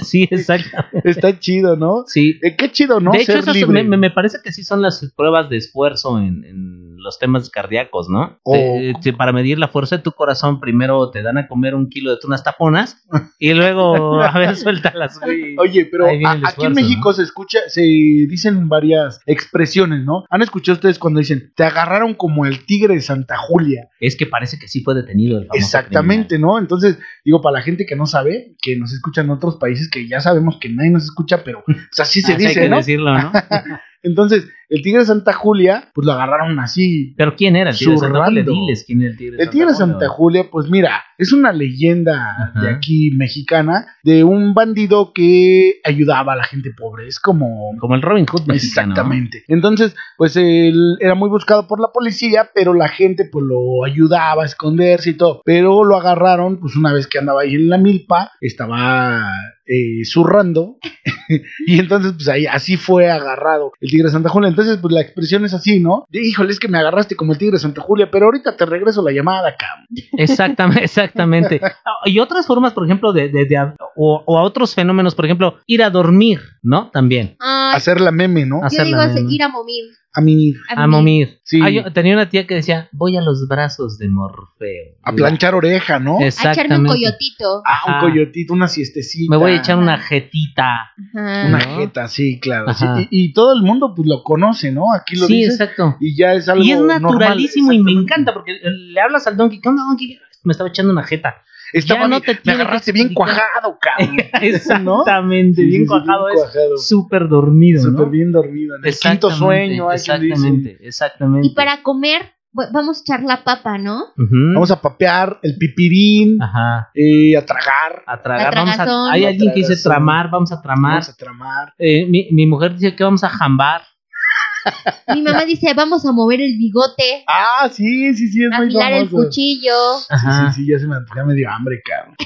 Speaker 2: Sí, exacto.
Speaker 4: Está chido, ¿no?
Speaker 2: Sí.
Speaker 4: Eh, qué chido, ¿no?
Speaker 2: de hecho,
Speaker 4: Ser
Speaker 2: esas
Speaker 4: libre.
Speaker 2: me, me- me parece que sí son las pruebas de esfuerzo en, en los temas cardíacos, ¿no?
Speaker 4: O-
Speaker 2: Te- te- para medir la fuerza de tu corazón, primero te dan a comer un kilo de unas taponas y luego <laughs> a ver suéltalas. güey.
Speaker 4: Oye, pero
Speaker 2: Ahí viene
Speaker 4: a-
Speaker 2: el
Speaker 4: aquí en
Speaker 2: esfuerzo,
Speaker 4: México se escucha, se dicen varias expresiones, ¿no? ¿Han escuchado ustedes cuando dicen, te agarraron como el tigre de Santa Julia?
Speaker 2: Es que parece que sí fue detenido el famoso
Speaker 4: Exactamente, ¿no? Entonces, digo, para la gente que no sabe, que nos escucha en otros países, que ya sabemos que nadie nos escucha, pero pues,
Speaker 2: <laughs>
Speaker 4: así <laughs> se
Speaker 2: criminal. Así Ah, hay
Speaker 4: dice,
Speaker 2: que
Speaker 4: ¿no?
Speaker 2: decirlo,
Speaker 4: <laughs>
Speaker 2: ¿no?
Speaker 4: Entonces, el tigre de Santa Julia, pues lo agarraron así,
Speaker 2: Pero ¿quién era el tigre de Santa Julia?
Speaker 4: Zurrando.
Speaker 2: Diles quién era el tigre de
Speaker 4: El Tigre de
Speaker 2: Santa
Speaker 4: Santa Julia, pues mira, es una leyenda
Speaker 2: Ajá.
Speaker 4: de aquí mexicana de un bandido que ayudaba a la gente pobre. Es como.
Speaker 2: Como el Robin Hood mexicano. <laughs>
Speaker 4: Exactamente. Entonces, pues él era muy buscado por la policía, pero la gente pues lo ayudaba a esconderse y todo. Pero lo agarraron, pues una vez que andaba ahí en la milpa, estaba eh, zurrando. <laughs> y entonces, pues ahí así fue agarrado el tigre de Santa Julia. Entonces, pues la expresión es así, ¿no? De, Híjole, es que me agarraste como el tigre de Santa Julia, pero ahorita te regreso la llamada, cam. <laughs>
Speaker 2: Exactamente, exactamente. Ah, Y otras formas, por ejemplo, de, de- de- o, o a otros fenómenos, por ejemplo, ir a dormir, ¿no? También.
Speaker 3: Ay,
Speaker 4: Hacer la meme, ¿no?
Speaker 2: Ah.
Speaker 3: yo
Speaker 2: hacerla
Speaker 3: digo
Speaker 2: bien, ¿no?
Speaker 3: ir a momir.
Speaker 4: A mí,
Speaker 2: A momir.
Speaker 4: Sí.
Speaker 2: Ah, yo tenía una tía que decía, voy a los brazos de Morfeo.
Speaker 4: a planchar oreja, ¿no?
Speaker 3: A
Speaker 2: Exactamente.
Speaker 3: echarme un coyotito.
Speaker 4: Ah,
Speaker 2: Ajá.
Speaker 4: un coyotito, una siestecita.
Speaker 2: Me voy a echar una jetita.
Speaker 3: Ajá.
Speaker 4: Una
Speaker 2: ¿no?
Speaker 4: jeta, sí, claro. sí.
Speaker 2: Ajá.
Speaker 4: y, y todo el mundo pues lo conoce, ¿no? Aquí lo
Speaker 2: Sí,
Speaker 4: dices
Speaker 2: exacto.
Speaker 4: y ya es algo
Speaker 2: Y es
Speaker 4: normal,
Speaker 2: naturalísimo y me
Speaker 4: exactamente.
Speaker 2: encanta porque eh, le hablas al Donkey, ¿qué onda, Donkey? Me estaba echando una
Speaker 4: <laughs>
Speaker 2: jeta.
Speaker 4: Estaba
Speaker 2: Ya no
Speaker 4: bien-
Speaker 2: te
Speaker 4: me
Speaker 2: tiene que
Speaker 4: agarraste bien
Speaker 2: explicar.
Speaker 4: cuajado,
Speaker 2: <laughs>
Speaker 4: cabrón.
Speaker 2: Exactamente,
Speaker 4: Sí, sí,
Speaker 2: bien
Speaker 4: sí,
Speaker 2: cuajado
Speaker 4: bien
Speaker 2: es.
Speaker 4: cuajado.
Speaker 2: Súper dormido,
Speaker 4: Súper
Speaker 2: ¿no?
Speaker 4: bien dormido. En el quinto
Speaker 2: Exactamente,
Speaker 4: sueño, hay quien dice.
Speaker 2: Exactamente, exactamente.
Speaker 3: Y para comer, bu- vamos a echar la papa, ¿no?
Speaker 2: Ujú.
Speaker 4: Vamos a papear el pipirín,
Speaker 2: Ajá.
Speaker 4: eh, a tragar,
Speaker 2: A tragar, vamos a,
Speaker 3: tragazón.
Speaker 2: hay alguien que dice
Speaker 4: Tragazón.
Speaker 2: tramar, vamos a tramar.
Speaker 4: vamos a tramar.
Speaker 2: Eh, mi, mi mujer dice que vamos a jambar.
Speaker 4: <laughs>
Speaker 3: Mi mamá dice, vamos a mover el bigote,
Speaker 4: Ah, sí, sí, sí, es muy
Speaker 3: afilar el
Speaker 4: famoso.
Speaker 3: cuchillo.
Speaker 2: Ajá.
Speaker 4: Sí, sí, sí, ya se me, ya me dio hambre, cabrón.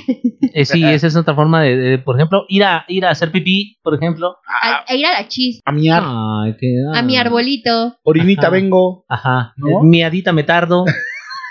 Speaker 4: <laughs>
Speaker 2: Eh, sí, esa es otra forma de, de, por ejemplo, ir a ir a hacer pipí, por ejemplo.
Speaker 4: Ah,
Speaker 3: a, a ir a la chis,
Speaker 4: a miar,
Speaker 2: Ay, qué-
Speaker 3: a mi arbolito,
Speaker 4: orinita
Speaker 2: Ah. Ajá.
Speaker 4: vengo.
Speaker 2: Ajá.
Speaker 4: ¿No?
Speaker 2: Eh, Miadita
Speaker 4: <laughs>
Speaker 2: me tardo.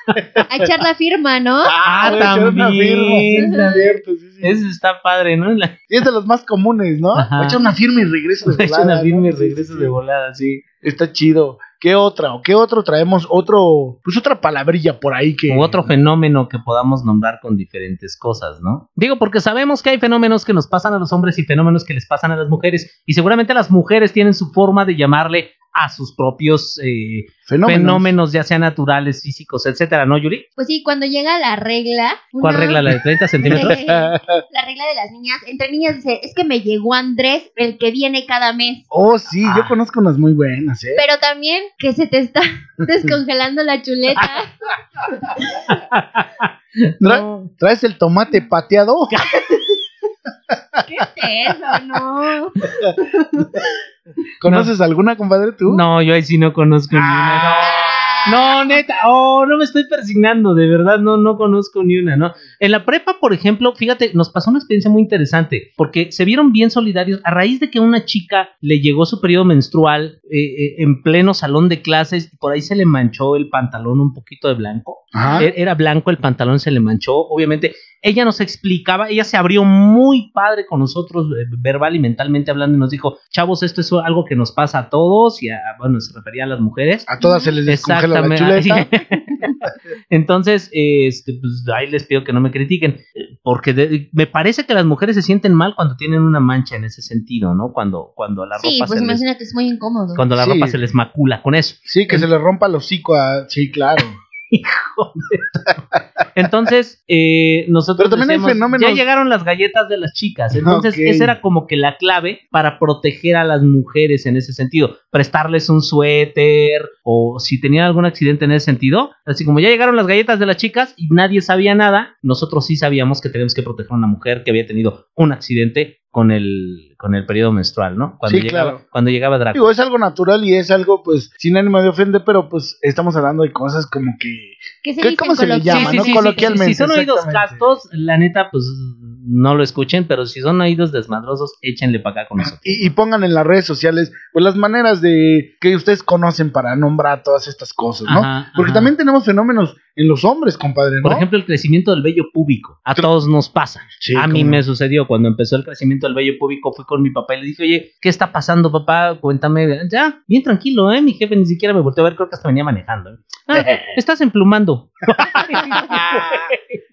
Speaker 3: a echar la firma, ¿no?
Speaker 2: Ah,
Speaker 4: voy a echar una
Speaker 2: también.
Speaker 4: firma, sí, es cierto, sí, sí.
Speaker 2: Eso está padre, ¿no? La- <laughs>
Speaker 4: Y es de los más comunes, ¿no?
Speaker 2: Ajá.
Speaker 4: Voy a echar una firma y regreso de
Speaker 2: He <laughs>
Speaker 4: volada.
Speaker 2: hecho una
Speaker 4: ¿no?
Speaker 2: firme y
Speaker 4: Pues, Sí, sí,
Speaker 2: regreso
Speaker 4: sí.
Speaker 2: de volada, sí.
Speaker 4: Está chido. ¿Qué otra? ¿O qué otro traemos? Otro, pues otra palabrilla por ahí que...
Speaker 2: U otro fenómeno que podamos nombrar con diferentes cosas, ¿no? Digo, porque sabemos que hay fenómenos que nos pasan a los hombres y fenómenos que les pasan a las mujeres. Y seguramente las mujeres tienen su forma de llamarle a sus propios eh,
Speaker 4: fenómeno.
Speaker 2: fenómenos, ya sean naturales, físicos, etcétera, ¿no, Yuri?
Speaker 3: Pues sí, cuando llega la regla.
Speaker 2: ¿Cuál
Speaker 3: una-
Speaker 2: regla la de 30 <laughs> centímetros?
Speaker 3: La regla de las niñas. Entre niñas dice, es que me llegó Andrés, el que viene cada mes.
Speaker 4: Oh, sí, yo
Speaker 2: Ah.
Speaker 4: conozco unas muy buenas,
Speaker 3: <laughs>
Speaker 4: ¿eh?
Speaker 3: Pero también que se te está <laughs> descongelando la
Speaker 4: <laughs>
Speaker 3: chuleta.
Speaker 4: Tra- ¿Traes el tomate pateado?
Speaker 2: <laughs>
Speaker 3: ¿Qué es eso? No.
Speaker 4: ¿Conoces alguna, compadre, tú?
Speaker 2: No, yo ahí sí no conozco ni una. No. No, neta, oh, no me estoy persignando, de verdad, no, no conozco ni una, ¿no? En la prepa, por ejemplo, fíjate, nos pasó una experiencia muy interesante, porque se vieron bien solidarios a raíz de que una chica le llegó su periodo menstrual eh, eh, en pleno salón de clases, y por ahí se le manchó el pantalón un poquito de blanco.
Speaker 4: Ajá.
Speaker 2: Er- Era blanco, el pantalón se le manchó, obviamente. Ella nos explicaba, ella se abrió muy padre con nosotros, eh, verbal y mentalmente hablando, y nos dijo, chavos, esto es algo que nos pasa a todos, y a- bueno, se refería a las mujeres.
Speaker 4: A todas se les descongela la chuleta.
Speaker 2: <laughs> Entonces, eh, este, pues, ahí les pido que no me critiquen, eh, porque de- me parece que las mujeres se sienten mal cuando tienen una mancha en ese sentido, ¿no? Cuando, cuando la
Speaker 3: Sí,
Speaker 2: ropa
Speaker 3: pues
Speaker 2: se les,
Speaker 3: imagínate, es muy incómodo.
Speaker 2: cuando la
Speaker 4: Sí.
Speaker 2: ropa se les macula con eso.
Speaker 4: Sí, que se le rompa el hocico a... Sí, claro.
Speaker 2: Entonces, eh,
Speaker 4: Pero
Speaker 2: nosotros
Speaker 4: también hay
Speaker 2: decíamos,
Speaker 4: fenómenos- Ah,
Speaker 2: ya llegaron las galletas de las chicas. Entonces,
Speaker 4: Ok.
Speaker 2: esa era como que la clave para proteger a las mujeres en ese sentido. Prestarles un suéter o si tenían algún accidente en ese sentido. Así como ya llegaron las galletas de las chicas y nadie sabía nada, nosotros sí sabíamos que teníamos que proteger a una mujer que había tenido un accidente con el, con el periodo menstrual, ¿no? Cuando
Speaker 4: Sí,
Speaker 2: llegaba,
Speaker 4: claro.
Speaker 2: cuando llegaba Drácula.
Speaker 4: Digo, es algo natural y es algo, pues, sin ánimo de ofender, pero pues estamos hablando de cosas como que.
Speaker 3: ¿Qué se
Speaker 4: ¿Qué-
Speaker 3: dice
Speaker 4: cómo se le
Speaker 3: coloquialmente?
Speaker 4: llama, no? Coloquialmente,
Speaker 2: Si son oídos
Speaker 4: exactamente.
Speaker 2: castos, la neta, pues no lo escuchen, pero si son oídos desmadrosos, échenle para acá con nosotros.
Speaker 4: Y, y pongan en las redes sociales, pues, las maneras de que ustedes conocen para nombrar todas estas cosas, ¿no?
Speaker 2: Ajá,
Speaker 4: Porque
Speaker 2: ajá.
Speaker 4: también tenemos fenómenos en los hombres, compadre, ¿no?
Speaker 2: Por ejemplo, el crecimiento del vello púbico. A todos nos pasa.
Speaker 4: Sí,
Speaker 2: a mí
Speaker 4: cómo no.
Speaker 2: me sucedió cuando empezó el crecimiento del vello púbico. Fui con mi papá y le dije, oye, ¿qué está pasando, papá? Cuéntame. Ya, bien tranquilo, ¿eh? Mi jefe ni siquiera me volteó a ver, creo que hasta venía manejando. ¿eh? Ah,
Speaker 4: <laughs>
Speaker 2: <laughs> estás emplumando.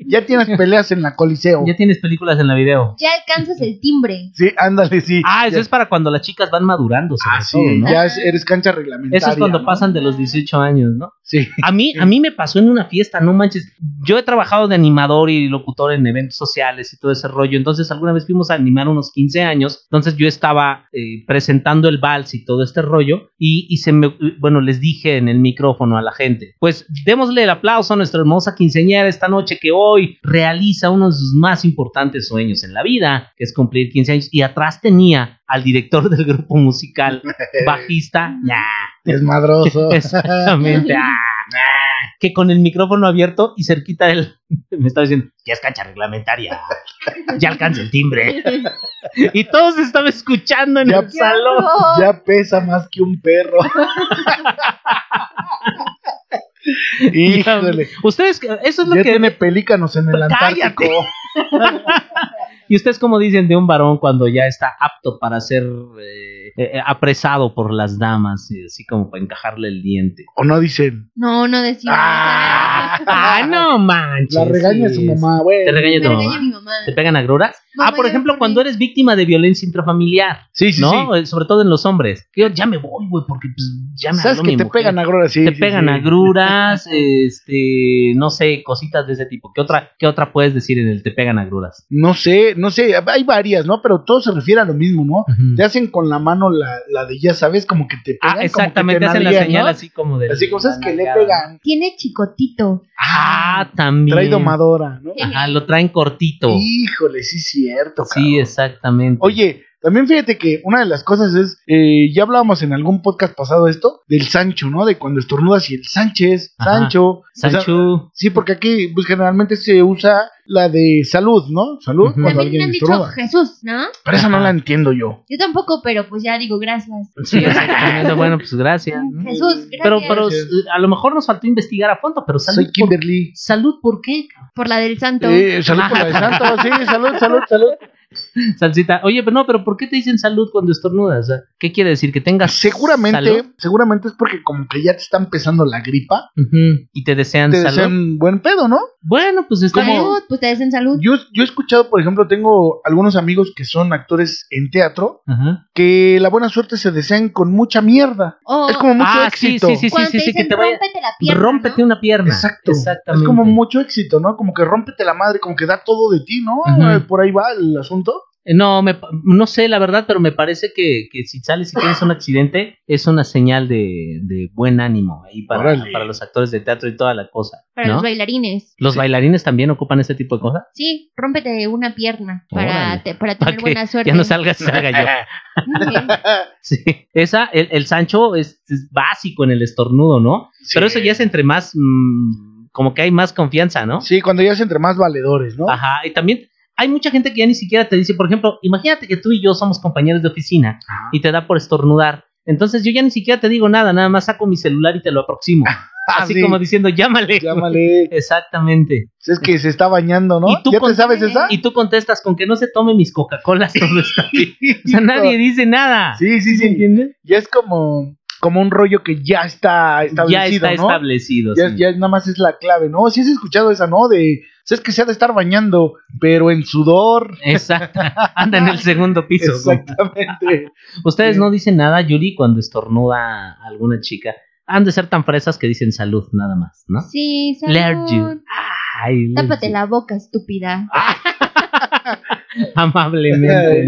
Speaker 4: Ya
Speaker 2: <laughs>
Speaker 4: tienes peleas en la Coliseo.
Speaker 2: Ya tienes películas en la video.
Speaker 3: Ya alcanzas el timbre.
Speaker 4: Sí, ándale, sí.
Speaker 2: Ah, eso
Speaker 4: Ya-
Speaker 2: es para cuando las chicas van madurando. sobre
Speaker 4: Ah, sí,
Speaker 2: todo, ¿no?
Speaker 4: ya es- eres cancha reglamentaria.
Speaker 2: Eso es cuando
Speaker 4: ¿no?
Speaker 2: pasan de los 18 años, ¿no?
Speaker 4: Sí.
Speaker 2: A mí, a mí me pasó en una fiesta, no manches. Yo he trabajado de animador y locutor en eventos sociales y todo ese rollo. Entonces, alguna vez fuimos a animar unos 15 años. Entonces, yo estaba eh, presentando el vals y todo este rollo. Y, y se me, bueno, les dije en el micrófono a la gente: Pues démosle el aplauso a nuestra hermosa quinceañera esta noche que hoy realiza uno de sus más importantes sueños en la vida, que es cumplir 15 años. Y atrás tenía al director del grupo musical, bajista. Nah.
Speaker 4: Es
Speaker 2: <laughs>
Speaker 4: madroso. <laughs>
Speaker 2: Exactamente. Ah, ah, que con el micrófono abierto y cerquita él <laughs> me estaba diciendo, ya es cancha reglamentaria, ya alcanza
Speaker 4: <laughs>
Speaker 2: el timbre. Y todos estaban escuchando en
Speaker 4: Ya-
Speaker 2: el salón.
Speaker 4: Ya pesa más que un
Speaker 2: <laughs>
Speaker 4: perro. Híjole.
Speaker 2: Ustedes, eso es lo
Speaker 4: Ya
Speaker 2: que...
Speaker 4: tiene pelícanos en el
Speaker 2: Cállate.
Speaker 4: Antártico.
Speaker 2: ¿Y ustedes cómo dicen de un varón cuando ya está apto para ser eh, eh, apresado por las damas? y Así como para encajarle el diente.
Speaker 4: O no dicen.
Speaker 3: No, no decimos.
Speaker 2: ¡Ah! ah, no manches!
Speaker 4: La regaña su
Speaker 2: sí, sí.
Speaker 4: mamá,
Speaker 2: Te
Speaker 4: güey.
Speaker 2: regaña
Speaker 3: Me
Speaker 2: tu
Speaker 3: regaña
Speaker 2: mamá.
Speaker 3: mi mamá.
Speaker 2: ¿Te pegan agruras?
Speaker 3: Mamá,
Speaker 2: ah, por
Speaker 3: ya
Speaker 2: ejemplo,
Speaker 3: me
Speaker 2: cuando
Speaker 3: acordé.
Speaker 2: eres víctima de violencia intrafamiliar,
Speaker 4: Sí, sí,
Speaker 2: ¿no?
Speaker 4: sí.
Speaker 2: Eh, Sobre todo en los hombres. Yo ya me voy, güey, porque pues, ya me
Speaker 4: ¿Sabes
Speaker 2: habló
Speaker 4: que
Speaker 2: mi
Speaker 4: te
Speaker 2: mujer.
Speaker 4: pegan agruras? Sí,
Speaker 2: Te
Speaker 4: sí,
Speaker 2: pegan
Speaker 4: sí.
Speaker 2: agruras, <laughs> este, no sé, cositas de ese tipo. ¿Qué otra, qué otra puedes decir en el te pegan agruras?
Speaker 4: No sé, no sé. Hay varias, ¿no? Pero todo se refiere a lo mismo, ¿no? Te hacen con la mano la, la de ya sabes, como que te pegan.
Speaker 2: Ah,
Speaker 4: como
Speaker 2: exactamente,
Speaker 4: que
Speaker 2: hacen
Speaker 4: te
Speaker 2: la
Speaker 4: nalguean,
Speaker 2: señal
Speaker 4: ¿no?
Speaker 2: así como de.
Speaker 4: Así cosas que le
Speaker 2: nalgada.
Speaker 4: pegan.
Speaker 3: Tiene chicotito.
Speaker 2: Ah, también.
Speaker 4: Trae domadora, ¿no?
Speaker 2: Ajá, lo traen cortito.
Speaker 4: Híjole, sí, cierto.
Speaker 2: Sí,
Speaker 4: cabrón.
Speaker 2: exactamente.
Speaker 4: Oye, también fíjate que una de las cosas es, eh, ya hablábamos en algún podcast pasado esto, del Sancho, ¿no? De cuando estornudas y el Sánchez,
Speaker 2: Ajá.
Speaker 4: Sancho. o sea,
Speaker 2: Sancho.
Speaker 4: sí, porque aquí pues, generalmente se usa la de salud, ¿no? Salud cuando
Speaker 2: Ujú.
Speaker 3: También me
Speaker 4: alguien
Speaker 3: han dicho
Speaker 4: estornuda.
Speaker 3: Jesús, ¿no?
Speaker 4: Pero esa no
Speaker 2: Ajá.
Speaker 4: la entiendo yo.
Speaker 3: Yo tampoco, pero pues ya digo gracias.
Speaker 4: <laughs>
Speaker 2: Sí, exactamente. bueno, pues gracias. ¿no?
Speaker 3: Jesús, gracias.
Speaker 2: Pero, pero
Speaker 4: Gracias.
Speaker 2: s- a lo mejor nos faltó investigar a fondo, pero salud,
Speaker 4: Soy
Speaker 2: por,
Speaker 4: Kimberly.
Speaker 2: salud ¿por qué? cabrón?
Speaker 3: Por la del santo.
Speaker 4: Eh, salud por la de Santo, sí, salud, salud, salud.
Speaker 2: Salsita, oye, pero no, pero ¿por qué te dicen salud cuando estornudas? Ah, ¿Qué quiere decir? ¿Que tengas
Speaker 4: Seguramente,
Speaker 2: salud?
Speaker 4: seguramente es porque como que ya te están pesando la gripa,
Speaker 2: Ujú, Y te desean
Speaker 4: te
Speaker 2: salud.
Speaker 4: desean buen pedo, ¿no?
Speaker 2: Bueno, pues está bien.
Speaker 3: Salud, pues te dicen salud.
Speaker 4: Yo, yo he escuchado, por ejemplo, tengo algunos amigos que son actores en teatro
Speaker 2: Ajá.
Speaker 4: que la buena suerte se desean con mucha mierda.
Speaker 3: O
Speaker 4: Es como mucho
Speaker 2: Ah, sí,
Speaker 4: éxito.
Speaker 2: sí, sí,
Speaker 3: cuando
Speaker 2: sí, sí,
Speaker 3: te
Speaker 2: sí, que
Speaker 3: dicen
Speaker 2: te vaya...
Speaker 3: rómpete la pierna.
Speaker 2: Rómpete una pierna.
Speaker 4: Exacto.
Speaker 2: Exactamente.
Speaker 4: Es como mucho éxito, ¿no? Como que rómpete la madre, como que da todo de ti, ¿no?
Speaker 2: Ajá.
Speaker 4: Eh, Por ahí va el asunto.
Speaker 2: Eh, No, me pa- no sé la verdad, pero me parece que, que si sales y tienes un accidente, es una señal de, de buen ánimo ahí para,
Speaker 4: Órale.
Speaker 2: para los actores de teatro y toda la cosa.
Speaker 3: Para
Speaker 2: ¿no?
Speaker 3: los bailarines.
Speaker 2: ¿Los bailarines también ocupan ese tipo de cosas?
Speaker 3: Sí, rómpete una pierna para,
Speaker 2: Órale.
Speaker 3: te- para
Speaker 2: Para
Speaker 3: tener
Speaker 2: que
Speaker 3: buena suerte.
Speaker 2: ya no salgas y salga <laughs> yo.
Speaker 3: Ok.
Speaker 2: Sí. Esa, el, el Sancho es, es básico en el estornudo, ¿no? Pero eso ya es entre más, mm, como que hay más confianza, ¿no? Ah,
Speaker 4: Sí, cuando ya es entre más valedores, ¿no?
Speaker 2: Ajá, y también hay mucha gente que ya ni siquiera te dice, por ejemplo, imagínate que tú y yo somos compañeros de oficina
Speaker 4: Ajá.
Speaker 2: y te da por estornudar. Entonces yo ya ni siquiera te digo nada, nada más saco mi celular y te lo aproximo.
Speaker 4: <laughs> Ah,
Speaker 2: Así
Speaker 4: sí.
Speaker 2: como diciendo, llámale.
Speaker 4: Llámale.
Speaker 2: Exactamente.
Speaker 4: Es que se está bañando, ¿no?
Speaker 2: ¿Y tú
Speaker 4: ¿Ya te
Speaker 2: con-
Speaker 4: sabes esa?
Speaker 2: Y tú contestas con que no se tome mis Coca-Colas todo está
Speaker 4: <laughs>
Speaker 2: bien. O sea, nadie dice nada.
Speaker 4: Sí, sí,
Speaker 2: ¿Me
Speaker 4: sí.
Speaker 2: entiendes?
Speaker 4: Ya es como, como un rollo que ya está establecido,
Speaker 2: Ya está
Speaker 4: ¿no?
Speaker 2: establecido.
Speaker 4: Ya,
Speaker 2: sí.
Speaker 4: ya nada más es la clave, ¿no? Si has escuchado esa, ¿no? De, sabes que se ha de estar bañando, pero en
Speaker 2: <laughs>
Speaker 4: sudor.
Speaker 2: Exacto. Anda en el segundo piso. <laughs>
Speaker 4: Exactamente.
Speaker 2: Ustedes
Speaker 4: Sí.
Speaker 2: no dicen nada, Yuri, cuando estornuda a alguna chica. Han de ser tan fresas que dicen salud, nada más, ¿no?
Speaker 3: Sí, salud.
Speaker 2: Leer you. Ay,
Speaker 3: Tápate la boca, estúpida.
Speaker 2: Ah, <laughs>
Speaker 4: <laughs>
Speaker 2: Amablemente,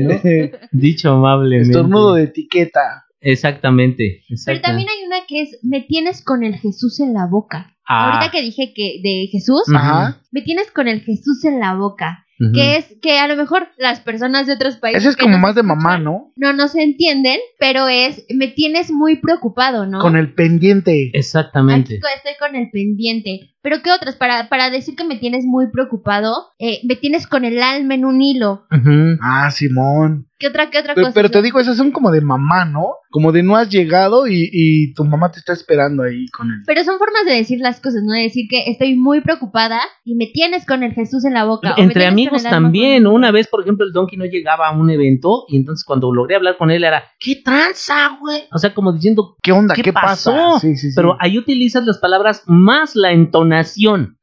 Speaker 2: ¿no? Dicho amablemente.
Speaker 4: Estornudo de etiqueta.
Speaker 2: Exactamente.
Speaker 3: Pero
Speaker 2: exacta-
Speaker 3: también hay una que es, me tienes con el Jesús en la boca.
Speaker 2: Ah,
Speaker 4: Mm.
Speaker 3: Ahorita que dije que de Jesús,
Speaker 2: Ujú.
Speaker 4: Ajá.
Speaker 3: me tienes con el Jesús en la boca.
Speaker 2: Ujú.
Speaker 3: que es que a lo mejor las personas de otros
Speaker 4: Mm.
Speaker 3: países...
Speaker 4: Ese es
Speaker 3: que
Speaker 4: como
Speaker 3: nos
Speaker 4: más de
Speaker 3: escuchan
Speaker 4: mamá, ¿no?
Speaker 3: No nos entienden, pero es, me tienes muy preocupado, ¿no?
Speaker 4: Con el pendiente.
Speaker 2: Exactamente.
Speaker 3: Aquí estoy con el pendiente. Pero ¿qué otras? Para, para decir que me tienes muy preocupado, eh, me tienes con el alma en un hilo.
Speaker 2: Ujú.
Speaker 4: Ah, Simón.
Speaker 3: ¿Qué otra, qué otra
Speaker 4: Pero,
Speaker 3: cosa?
Speaker 4: pero te digo, esas son como de mamá, ¿no? Como de no has llegado y, y tu mamá te está esperando ahí con él.
Speaker 3: Pero son formas de decir las cosas, ¿no? De decir que estoy muy preocupada y me tienes con el Jesús en la boca. o me
Speaker 2: Entre
Speaker 3: tienes
Speaker 2: amigos
Speaker 3: con el alma
Speaker 2: también.
Speaker 3: con-
Speaker 2: Una vez, por ejemplo, el Donkey no llegaba a un evento y entonces cuando logré hablar con él era, ¿qué tranza, güey? O sea, como diciendo,
Speaker 4: ¿Qué onda?
Speaker 2: ¿Qué
Speaker 4: ¿Qué, pasa?
Speaker 2: pasó?
Speaker 4: Sí, sí, sí.
Speaker 2: pero ahí utilizas las palabras más la entonación.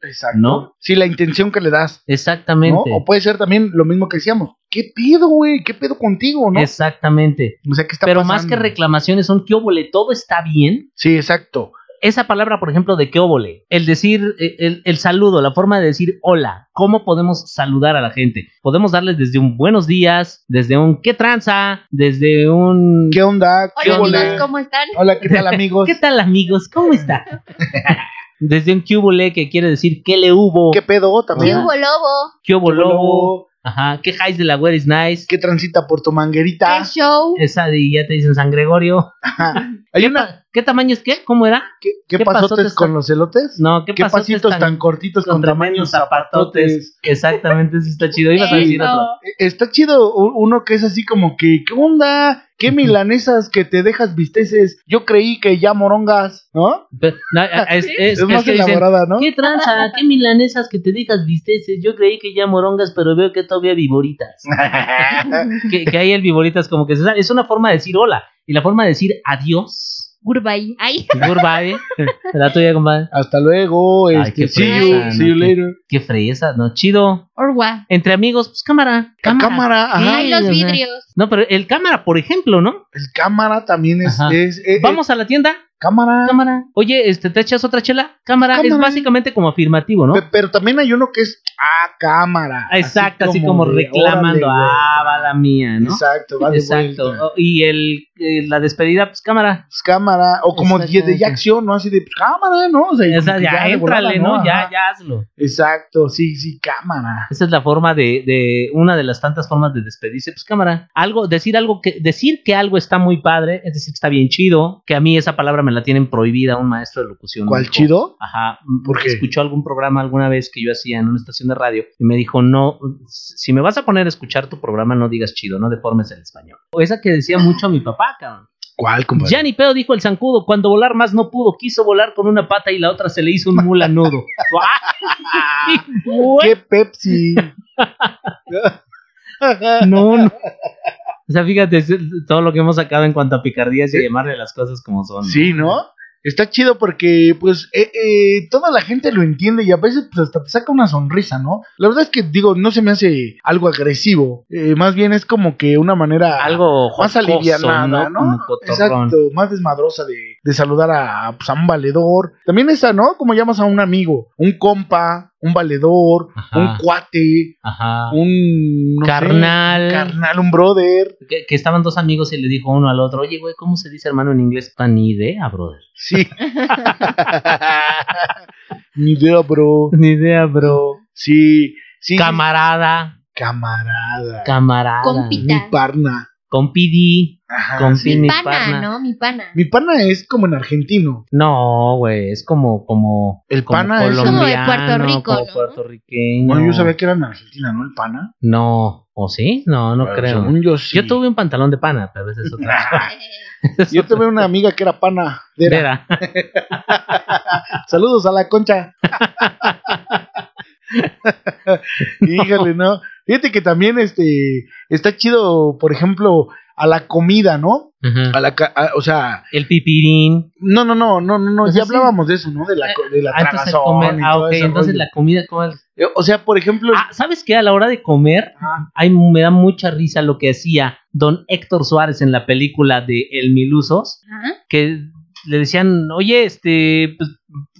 Speaker 4: Exacto.
Speaker 2: ¿no?
Speaker 4: Sí, la intención que le das. ¿no?
Speaker 2: Exactamente.
Speaker 4: O puede ser también lo mismo que decíamos. ¿Qué pedo, güey? ¿Qué pedo contigo, no?
Speaker 2: Exactamente.
Speaker 4: O sea, ¿qué está
Speaker 2: Pero
Speaker 4: pasando?
Speaker 2: más que reclamaciones son, ¿qué óvole? ¿Todo está bien?
Speaker 4: Sí, exacto.
Speaker 2: Esa palabra, por ejemplo, de qué óvole, el decir, eh, el, el saludo, la forma de decir hola, ¿cómo podemos saludar a la gente? Podemos darles desde un buenos días, desde un qué tranza, desde un
Speaker 4: ¿Qué onda? ¿Qué
Speaker 3: Hola,
Speaker 4: ole?
Speaker 3: amigos, ¿cómo están?
Speaker 4: Hola, ¿qué tal, amigos?
Speaker 2: <laughs> ¿Qué tal amigos?
Speaker 4: <laughs>
Speaker 2: ¿Cómo está? Desde un cubole que quiere decir qué le hubo,
Speaker 4: ¿Qué pedo también?
Speaker 3: ¿Qué hubo, lobo?
Speaker 2: qué hubo
Speaker 4: ¿Qué hubo,
Speaker 2: lobo,
Speaker 4: lobo?
Speaker 2: ajá, qué highs de la where is nice,
Speaker 4: ¿Qué transita por tu manguerita?
Speaker 3: ¿Qué show?
Speaker 2: esa de ya te dicen San Gregorio.
Speaker 4: Hay
Speaker 2: <laughs> ¿Qué,
Speaker 4: una...
Speaker 2: pa- qué tamaño es qué? ¿Cómo era?
Speaker 4: ¿Qué, qué
Speaker 2: ¿Qué
Speaker 4: pasotes,
Speaker 2: pasotes
Speaker 4: con
Speaker 2: tan-
Speaker 4: los elotes?
Speaker 2: No, qué,
Speaker 4: ¿Qué
Speaker 2: pasotes
Speaker 4: pasitos tan, cortitos con, tamaños
Speaker 2: tremendos
Speaker 4: zapatotes?
Speaker 2: Exactamente, sí está chido. Ibas a decir
Speaker 3: Eso.
Speaker 2: otro.
Speaker 4: Eh, Está chido u- uno que es así como que, ¿qué onda? ¿Qué milanesas que te dejas visteces? Yo creí que ya morongas, ¿no?
Speaker 2: Pero, no, es, es-
Speaker 4: Es,
Speaker 2: es
Speaker 4: más
Speaker 2: que dicen,
Speaker 4: elaborada, ¿no?
Speaker 2: ¿Qué tranza? ¿Qué milanesas que te dejas visteces? Yo creí que ya morongas, pero veo que todavía viboritas.
Speaker 3: <laughs>
Speaker 2: que, que ahí el viboritas como que se sale. Es una forma de decir hola. Y la forma de decir adiós.
Speaker 3: Gurbay. Ay, <laughs>
Speaker 2: <laughs> Goodbye. la tuya, compadre.
Speaker 4: Hasta luego,
Speaker 2: Ay,
Speaker 4: este,
Speaker 2: qué
Speaker 4: see
Speaker 2: fresa,
Speaker 4: you, see you
Speaker 2: ¿no?
Speaker 4: later.
Speaker 2: Qué fresa, ¿no? Chido.
Speaker 3: Orwa.
Speaker 2: Entre amigos, pues cámara.
Speaker 4: La
Speaker 2: Cámara.
Speaker 4: cámara, ajá.
Speaker 2: Ay,
Speaker 3: Ay, los
Speaker 2: ajá.
Speaker 3: vidrios.
Speaker 2: No, pero el cámara, por ejemplo, ¿no?
Speaker 4: El cámara también es,
Speaker 2: Ajá.
Speaker 4: es- eh, eh,
Speaker 2: Vamos a la tienda.
Speaker 4: cámara.
Speaker 2: Cámara. Oye, este, ¿te echas otra chela? Cámara. Es
Speaker 4: Cámara.
Speaker 2: básicamente como afirmativo, ¿no?
Speaker 4: Pe- Pero también hay uno que es, ah, cámara.
Speaker 2: Exacto, así como,
Speaker 4: de,
Speaker 2: reclamando.
Speaker 4: órale, güey.
Speaker 2: ah, va la mía, ¿no?
Speaker 4: Exacto, va de
Speaker 2: Exacto.
Speaker 4: vuelta.
Speaker 2: O- Y el, eh, la despedida, pues cámara.
Speaker 4: Pues, cámara, o como de, de
Speaker 2: Exactamente.
Speaker 4: ya acción, ¿no? Así de, pues, cámara, ¿no? O sea,
Speaker 2: O sea,
Speaker 4: como que
Speaker 2: ya,
Speaker 4: de volada,
Speaker 2: éntrale, ¿no? Ya,
Speaker 4: Ajá.
Speaker 2: ya hazlo.
Speaker 4: Exacto, sí, sí, cámara.
Speaker 2: Esa es la forma de, de una de las tantas formas de despedirse, pues cámara. Algo, decir algo que, decir que algo está muy padre, es decir, que está bien chido, que a mí esa palabra me la tienen prohibida un maestro de locución.
Speaker 4: ¿Cuál
Speaker 2: dijo,
Speaker 4: chido?
Speaker 2: Ajá,
Speaker 4: ¿Por qué?
Speaker 2: escuchó algún programa alguna vez que yo hacía en una estación de radio y me dijo, no, si me vas a poner a escuchar tu programa, no digas chido, no deformes el español. O esa que decía mucho mi papá, cabrón.
Speaker 4: ¿Cuál,
Speaker 2: Ya ni pedo, dijo el zancudo, cuando volar más no pudo, quiso volar con una pata y la otra se le hizo un mula nudo.
Speaker 4: <laughs>
Speaker 2: ¡Ay, güey!
Speaker 4: ¡Qué
Speaker 2: <laughs>
Speaker 4: Pepsi!
Speaker 2: no, no. O sea, fíjate es- todo lo que hemos sacado en cuanto a picardías y llamarle las cosas como son.
Speaker 4: sí, ¿no? Está chido porque, pues, eh, eh, toda la gente lo entiende y a veces, pues, hasta te saca una sonrisa, ¿no? La verdad es que, digo, no se me hace algo agresivo. Eh, más bien es como que una manera...
Speaker 2: Algo
Speaker 4: más
Speaker 2: jocoso,
Speaker 4: alivianada, ¿no?
Speaker 2: Como cotorrón.
Speaker 4: Exacto, más desmadrosa de, de saludar a, pues, a un valedor. También esa, ¿no? Como llamas a un amigo, un compa, un valedor,
Speaker 2: Ajá.
Speaker 4: un cuate,
Speaker 2: Ajá.
Speaker 4: un... no sé,
Speaker 2: carnal.
Speaker 4: carnal, un brother.
Speaker 2: que, que estaban dos amigos y le dijo uno al otro, oye, güey, ¿cómo se dice hermano en inglés? Tan ni idea, brother. <laughs>
Speaker 4: Sí. Ni idea, bro.
Speaker 2: Ni idea, bro.
Speaker 4: Sí, sí.
Speaker 2: Camarada,
Speaker 4: Camarada.
Speaker 2: camarada.
Speaker 3: Compita.
Speaker 4: mi parna.
Speaker 2: Compidi,
Speaker 4: Ajá,
Speaker 2: compini,
Speaker 4: sí.
Speaker 3: Mi
Speaker 2: mi
Speaker 3: pana,
Speaker 2: pana.
Speaker 3: ¿no? Mi pana.
Speaker 4: Mi pana es como en argentino.
Speaker 2: No, güey, es como, como,
Speaker 4: El
Speaker 2: como
Speaker 4: pana es
Speaker 3: como de Puerto
Speaker 2: colombiano,
Speaker 3: Rico,
Speaker 2: como
Speaker 3: ¿no?
Speaker 2: puertorriqueño.
Speaker 4: Bueno, yo sabía que era en Argentina, ¿no? El pana.
Speaker 2: No, ¿o sí? No, no
Speaker 4: Pero
Speaker 2: creo.
Speaker 4: Según yo sí.
Speaker 2: Yo tuve un pantalón de pana, pero esa es otra.
Speaker 3: Eh,
Speaker 4: Yo tuve una amiga que era pana. de <laughs> era.
Speaker 2: Vera.
Speaker 4: Saludos a la concha. Híjole, no. Fíjate que también este está chido, por ejemplo, a la comida, ¿no?
Speaker 2: Ujú.
Speaker 4: A la, ca- a- o sea,
Speaker 2: El pipirín.
Speaker 4: no, no, no, no, no, no,
Speaker 2: Pues
Speaker 4: ya
Speaker 2: así.
Speaker 4: hablábamos de eso, ¿no? De la, co- de la
Speaker 2: Antes de
Speaker 4: tragazón
Speaker 2: comer.
Speaker 4: y
Speaker 2: Ah,
Speaker 4: todo
Speaker 2: ok,
Speaker 4: ese
Speaker 2: entonces
Speaker 4: rollo.
Speaker 2: la comida, ¿cómo es?
Speaker 4: Eh, O sea, por ejemplo,
Speaker 2: Ah, ¿sabes qué? A la hora de comer,
Speaker 4: ah,
Speaker 2: ay, me da mucha risa lo que hacía don Héctor Suárez en la película de El Milusos,
Speaker 3: Ajá.
Speaker 2: que le decían, oye, este, pues,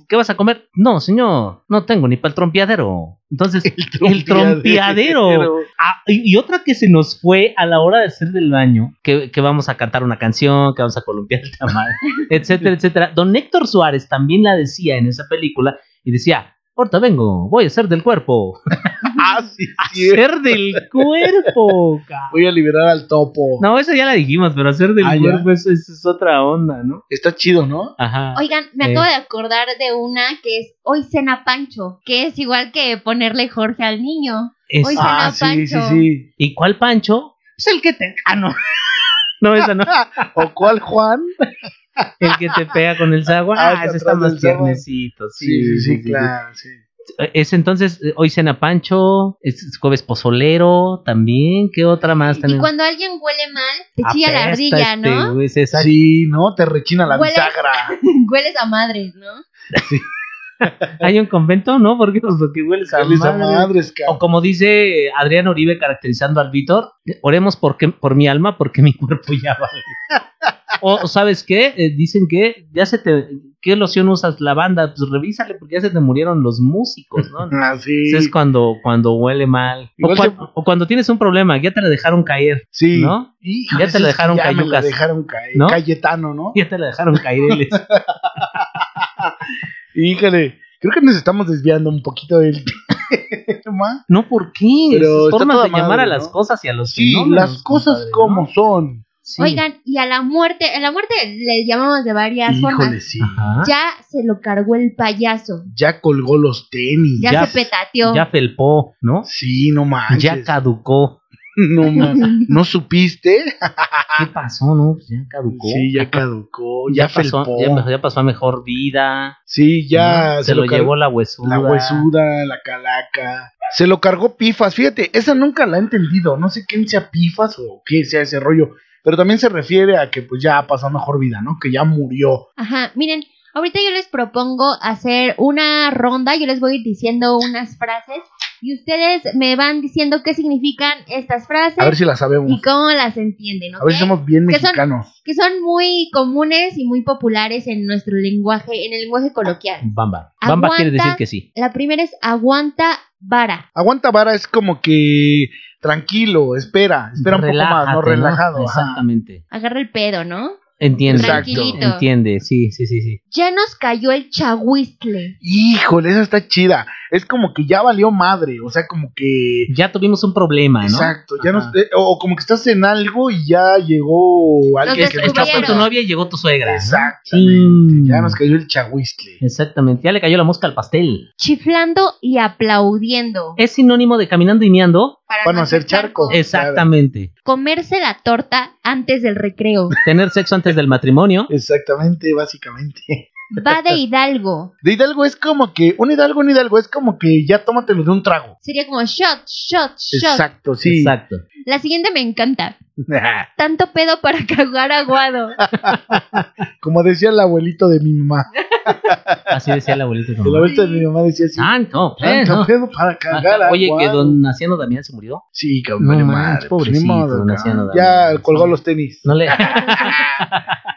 Speaker 2: ¿qué vas a comer? No, señor, no tengo ni para el trompeadero. Entonces, el trompeadero. Ah, y, y otra que se nos fue a la hora de hacer del baño, que, que vamos a cantar una canción, que vamos a columpiar
Speaker 4: <laughs>
Speaker 2: el tamal, etcétera, etcétera. Don Héctor Suárez también la decía en esa película y decía, ahorita vengo, voy a hacer del cuerpo.
Speaker 4: <laughs> Ah,
Speaker 2: <laughs>
Speaker 4: sí, sí.
Speaker 2: Hacer del cuerpo, cabrón.
Speaker 4: <laughs> Voy a liberar al topo.
Speaker 2: No, esa ya la dijimos, pero hacer del
Speaker 4: Ah, ya.
Speaker 2: cuerpo eso, eso es otra onda, ¿no?
Speaker 4: Está chido, ¿no?
Speaker 2: Ajá.
Speaker 3: Oigan, me
Speaker 2: Eh.
Speaker 3: acabo de acordar de una que es Hoy cena Pancho, que es igual que ponerle Jorge al niño.
Speaker 2: Es-
Speaker 3: Hoy
Speaker 4: Ah,
Speaker 3: cena
Speaker 4: sí, sí,
Speaker 3: Pancho.
Speaker 4: sí.
Speaker 2: ¿Y cuál Pancho? Es el que te. Ah, no. <laughs> No, esa no.
Speaker 4: ¿O cuál Juan?
Speaker 2: El que te pega con el sagua.
Speaker 4: Ah,
Speaker 2: Ah,
Speaker 4: está
Speaker 2: ese está
Speaker 4: atrás
Speaker 2: más
Speaker 4: del sagua.
Speaker 2: tiernecito. Sí,
Speaker 4: sí.
Speaker 2: Eh, Es entonces, eh, hoy cena Pancho, es es jueves pozolero también. ¿Qué otra más
Speaker 3: Y
Speaker 2: tenemos?
Speaker 3: cuando alguien huele mal, te chilla la
Speaker 2: Apesta
Speaker 3: ardilla,
Speaker 2: este,
Speaker 3: ¿no?
Speaker 2: güey, es exacto.
Speaker 4: Sí, ¿no? Te rechina la
Speaker 3: Huele-
Speaker 4: bisagra.
Speaker 3: <laughs> Hueles a madres, ¿no?
Speaker 2: Hay un convento, ¿no? Porque los que hueles a
Speaker 4: Sales a
Speaker 2: madre.
Speaker 4: madres,
Speaker 2: O
Speaker 4: cabrón.
Speaker 2: como dice Adrián Uribe caracterizando al Víctor, oremos por, que- por mi alma porque mi cuerpo ya vale. o sabes qué, Eh, dicen que ya se te... ¿Qué loción usas? Lavanda, pues revísale porque ya se te murieron los músicos,
Speaker 4: <laughs>
Speaker 2: ¿no?
Speaker 4: Así.
Speaker 2: Ese es cuando, cuando huele mal. O,
Speaker 4: Igual
Speaker 2: cuan-
Speaker 4: se-
Speaker 2: o cuando tienes un problema, ya te la dejaron caer,
Speaker 4: Sí.
Speaker 2: ¿no?
Speaker 4: Híjole,
Speaker 2: Ya te la
Speaker 4: es que
Speaker 2: dejaron
Speaker 4: ya me la
Speaker 2: cayucas.
Speaker 4: dejaron caer.
Speaker 2: ¿No?
Speaker 4: Cayetano, ¿no?
Speaker 2: <laughs> Ya te la dejaron caer. Eles.
Speaker 4: Híjole. Creo que nos estamos desviando un poquito del <laughs> tema.
Speaker 2: No, ¿por qué?
Speaker 4: Pero
Speaker 2: Esas
Speaker 4: está
Speaker 2: formas
Speaker 4: toda
Speaker 2: de llamar
Speaker 4: madre,
Speaker 2: a las
Speaker 4: ¿no?
Speaker 2: cosas y a los
Speaker 4: Sí,
Speaker 2: fenómenos,
Speaker 4: las cosas
Speaker 2: compadre,
Speaker 4: como
Speaker 2: ¿no?
Speaker 4: son.
Speaker 2: Sí.
Speaker 3: Oigan, y a la muerte, a la muerte le llamamos de varias
Speaker 4: Híjole,
Speaker 3: formas.
Speaker 4: sí.
Speaker 2: Ajá.
Speaker 3: Ya se lo cargó el payaso,
Speaker 4: Ya colgó los tenis.
Speaker 3: ya,
Speaker 2: Ya-
Speaker 3: se petateó.
Speaker 2: ya felpó, ¿no?
Speaker 4: Sí, no manches.
Speaker 2: Ya caducó.
Speaker 4: <laughs> No, ma-
Speaker 3: <laughs>
Speaker 4: ¿No supiste?
Speaker 2: ¿Qué pasó, no? Pues ya caducó.
Speaker 4: Ah. Sí, ya caducó. Ya,
Speaker 2: Ya pasó,
Speaker 4: felpó.
Speaker 2: ya pasó- ya pasó a mejor vida.
Speaker 4: Sí, ya
Speaker 2: ¿no? Se, lo,
Speaker 4: car-
Speaker 2: llevó la huesuda.
Speaker 4: La huesuda, la calaca. Se lo cargó Pifas. Fíjate, esa nunca la he entendido. No sé quién sea Pifas o qué sea ese rollo. Pero también se refiere a que pues ya pasó a mejor vida, ¿no? Que ya murió.
Speaker 3: Ajá, miren, ahorita yo les propongo hacer una ronda, yo les voy a ir diciendo unas frases y ustedes me van diciendo qué significan estas frases
Speaker 4: A ver si la
Speaker 3: y
Speaker 4: sabemos.
Speaker 3: cómo las entienden, ¿ok?
Speaker 4: A ver si somos bien
Speaker 3: ¿Qué son?
Speaker 4: mexicanos.
Speaker 3: Que son muy comunes y muy populares en nuestro lenguaje, en el lenguaje coloquial.
Speaker 2: Bamba. Bamba quiere
Speaker 3: Aguanta.
Speaker 2: decir que sí.
Speaker 3: La primera es aguanta vara.
Speaker 4: Aguanta vara es como que tranquilo, espera, espera un poco más, no
Speaker 2: Relájate,
Speaker 4: relajado. ajá.
Speaker 2: Exactamente.
Speaker 3: Agarra el pedo, ¿no?
Speaker 2: Entiende.
Speaker 3: Tranquilito.
Speaker 2: Entiende, sí, sí, sí, sí.
Speaker 3: Ya nos cayó el chahuistle.
Speaker 4: Híjole, esa está chida. Es como que ya valió madre, o sea, como que
Speaker 2: Ya tuvimos un problema, ¿no?
Speaker 4: Exacto, ya
Speaker 2: Ajá.
Speaker 4: no, eh, o como que estás en algo y ya llegó alguien
Speaker 3: Nos
Speaker 4: que no está
Speaker 2: Está con tu
Speaker 3: descubrieron.
Speaker 2: novia y llegó tu suegra. ¿no?
Speaker 4: Exactamente.
Speaker 2: Sí.
Speaker 4: Ya nos cayó el chahuistle.
Speaker 2: Exactamente. Ya le cayó la mosca al pastel.
Speaker 3: Chiflando y aplaudiendo.
Speaker 2: Es sinónimo de caminando y meando.
Speaker 4: Para no hacer charco.
Speaker 2: Exactamente.
Speaker 3: Comerse la torta antes del recreo.
Speaker 2: Tener sexo antes del matrimonio.
Speaker 4: Exactamente, básicamente.
Speaker 3: Va
Speaker 4: <laughs>
Speaker 3: de Hidalgo.
Speaker 4: De Hidalgo es como que, un Hidalgo, un Hidalgo es como que ya tómatelo de un trago.
Speaker 3: Sería como shot, shot, shot.
Speaker 4: Exacto, sí.
Speaker 2: Exacto.
Speaker 3: La siguiente me encanta. Tanto pedo para <laughs> cagar aguado.
Speaker 4: <laughs> como decía el abuelito de mi mamá.
Speaker 2: Así decía el
Speaker 4: <laughs>
Speaker 2: abuelito. de mi
Speaker 4: El
Speaker 2: mamá.
Speaker 4: abuelito de mi mamá decía
Speaker 2: Ah,
Speaker 4: así.
Speaker 2: Santo,
Speaker 4: "Tanto
Speaker 2: pedo.
Speaker 4: pedo para cagar
Speaker 2: eh, Oye,
Speaker 4: agua".
Speaker 2: que don Naciano Damián se murió.
Speaker 4: Sí, cabrón,
Speaker 2: No
Speaker 4: vale
Speaker 2: manches,
Speaker 4: madre, pues,
Speaker 2: pobrecito,
Speaker 4: ni modo,
Speaker 2: don Aciano,
Speaker 4: cabrón.
Speaker 2: don
Speaker 4: Ya
Speaker 2: Aciano.
Speaker 4: colgó los tenis.
Speaker 2: No
Speaker 4: <laughs>
Speaker 2: le.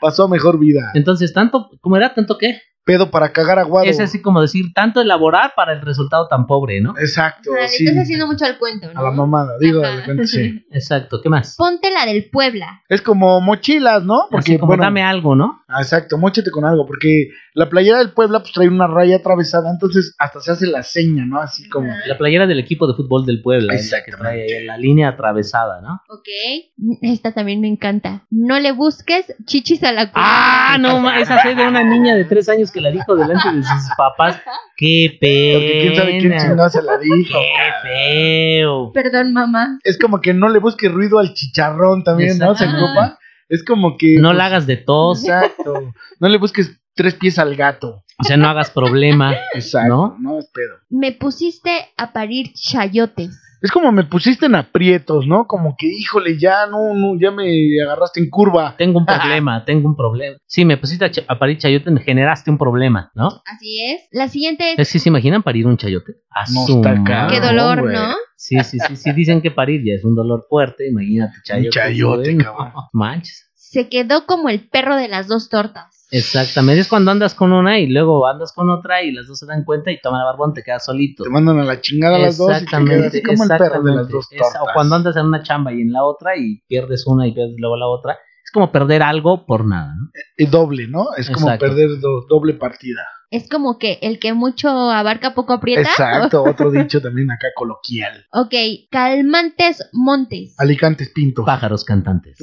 Speaker 4: Pasó a mejor vida.
Speaker 2: Entonces, tanto, ¿cómo era? ¿Tanto qué?
Speaker 4: Pedo para cagar aguado.
Speaker 2: Es así como decir, tanto elaborar para el resultado tan pobre, ¿no?
Speaker 4: Exacto,
Speaker 3: Le
Speaker 4: sí.
Speaker 3: estás haciendo mucho al cuento,
Speaker 4: A la
Speaker 3: ¿no?
Speaker 4: mamada, digo,
Speaker 3: Ajá.
Speaker 4: de repente
Speaker 2: <laughs>
Speaker 4: sí.
Speaker 2: Exacto, ¿qué más?
Speaker 3: Ponte la del Puebla.
Speaker 4: Es como mochilas, ¿no? Porque,
Speaker 2: Así como
Speaker 4: bueno,
Speaker 2: dame algo, ¿no?
Speaker 4: ah, exacto, mochete con algo, porque la playera del Puebla pues trae una raya atravesada, entonces hasta se hace la seña, ¿no? Así como...
Speaker 3: Ajá.
Speaker 2: La playera del equipo de fútbol del Puebla. es la que
Speaker 4: Exactamente.
Speaker 2: trae ahí la línea atravesada, ¿no?
Speaker 3: Ok. Esta también me encanta. No le busques chichis a la
Speaker 2: Ah, no, ma- esa es de una niña de tres años que la dijo delante de sus papás. Qué pena.
Speaker 4: Porque quién sabe quién chingado se la dijo.
Speaker 2: <laughs> Qué feo.
Speaker 3: Perdón, mamá.
Speaker 4: Es como que no le busque ruido al chicharrón también, ¿no? Se
Speaker 2: Exacto.
Speaker 4: ocupa. Es como que...
Speaker 2: No
Speaker 4: pues,
Speaker 2: la hagas de tos,
Speaker 4: Exacto. No le busques tres pies al gato.
Speaker 2: o sea, no hagas problema.
Speaker 4: Exacto.
Speaker 2: ¿No?
Speaker 4: No, es pedo.
Speaker 3: Me pusiste a parir chayotes.
Speaker 4: Es como me pusiste en aprietos, ¿no? Como que, híjole, ya no, no, ya me agarraste en curva.
Speaker 2: Tengo un problema, tengo un problema. Sí, me pusiste a, cha- a parir chayote, me generaste un problema, ¿no?
Speaker 3: Así es. La siguiente es
Speaker 2: Es que se imaginan parir un chayote. A
Speaker 4: No
Speaker 2: su
Speaker 4: está
Speaker 2: madre.
Speaker 4: cabrón.
Speaker 3: qué dolor,
Speaker 4: güey.
Speaker 3: ¿no?
Speaker 2: Sí, sí, sí, sí. Dicen que parir ya es un dolor fuerte. Imagínate, chayote.
Speaker 4: chayote,
Speaker 2: güey.
Speaker 4: cabrón.
Speaker 2: No, Manches.
Speaker 3: Se quedó como el perro de las dos tortas.
Speaker 2: Exactamente. Es cuando andas con una y luego andas con otra y las dos se dan cuenta y toman la barbón, te quedas solito.
Speaker 4: Te mandan a la chingada a las dos y te quedas así como el perro de las dos
Speaker 2: Es- o
Speaker 4: tortas.
Speaker 2: cuando andas en una chamba y en la otra y pierdes una y pierdes luego la otra. Es como perder algo por nada. ¿no?
Speaker 4: Es eh, doble, ¿no? Es como
Speaker 2: Exacto.
Speaker 4: perder do- doble partida.
Speaker 3: Es como que el que mucho abarca poco aprieta. <laughs>
Speaker 4: Exacto, otro dicho también acá coloquial.
Speaker 3: Ok, calmantes montes.
Speaker 4: Alicantes pintos. <laughs>
Speaker 2: Pájaros cantantes.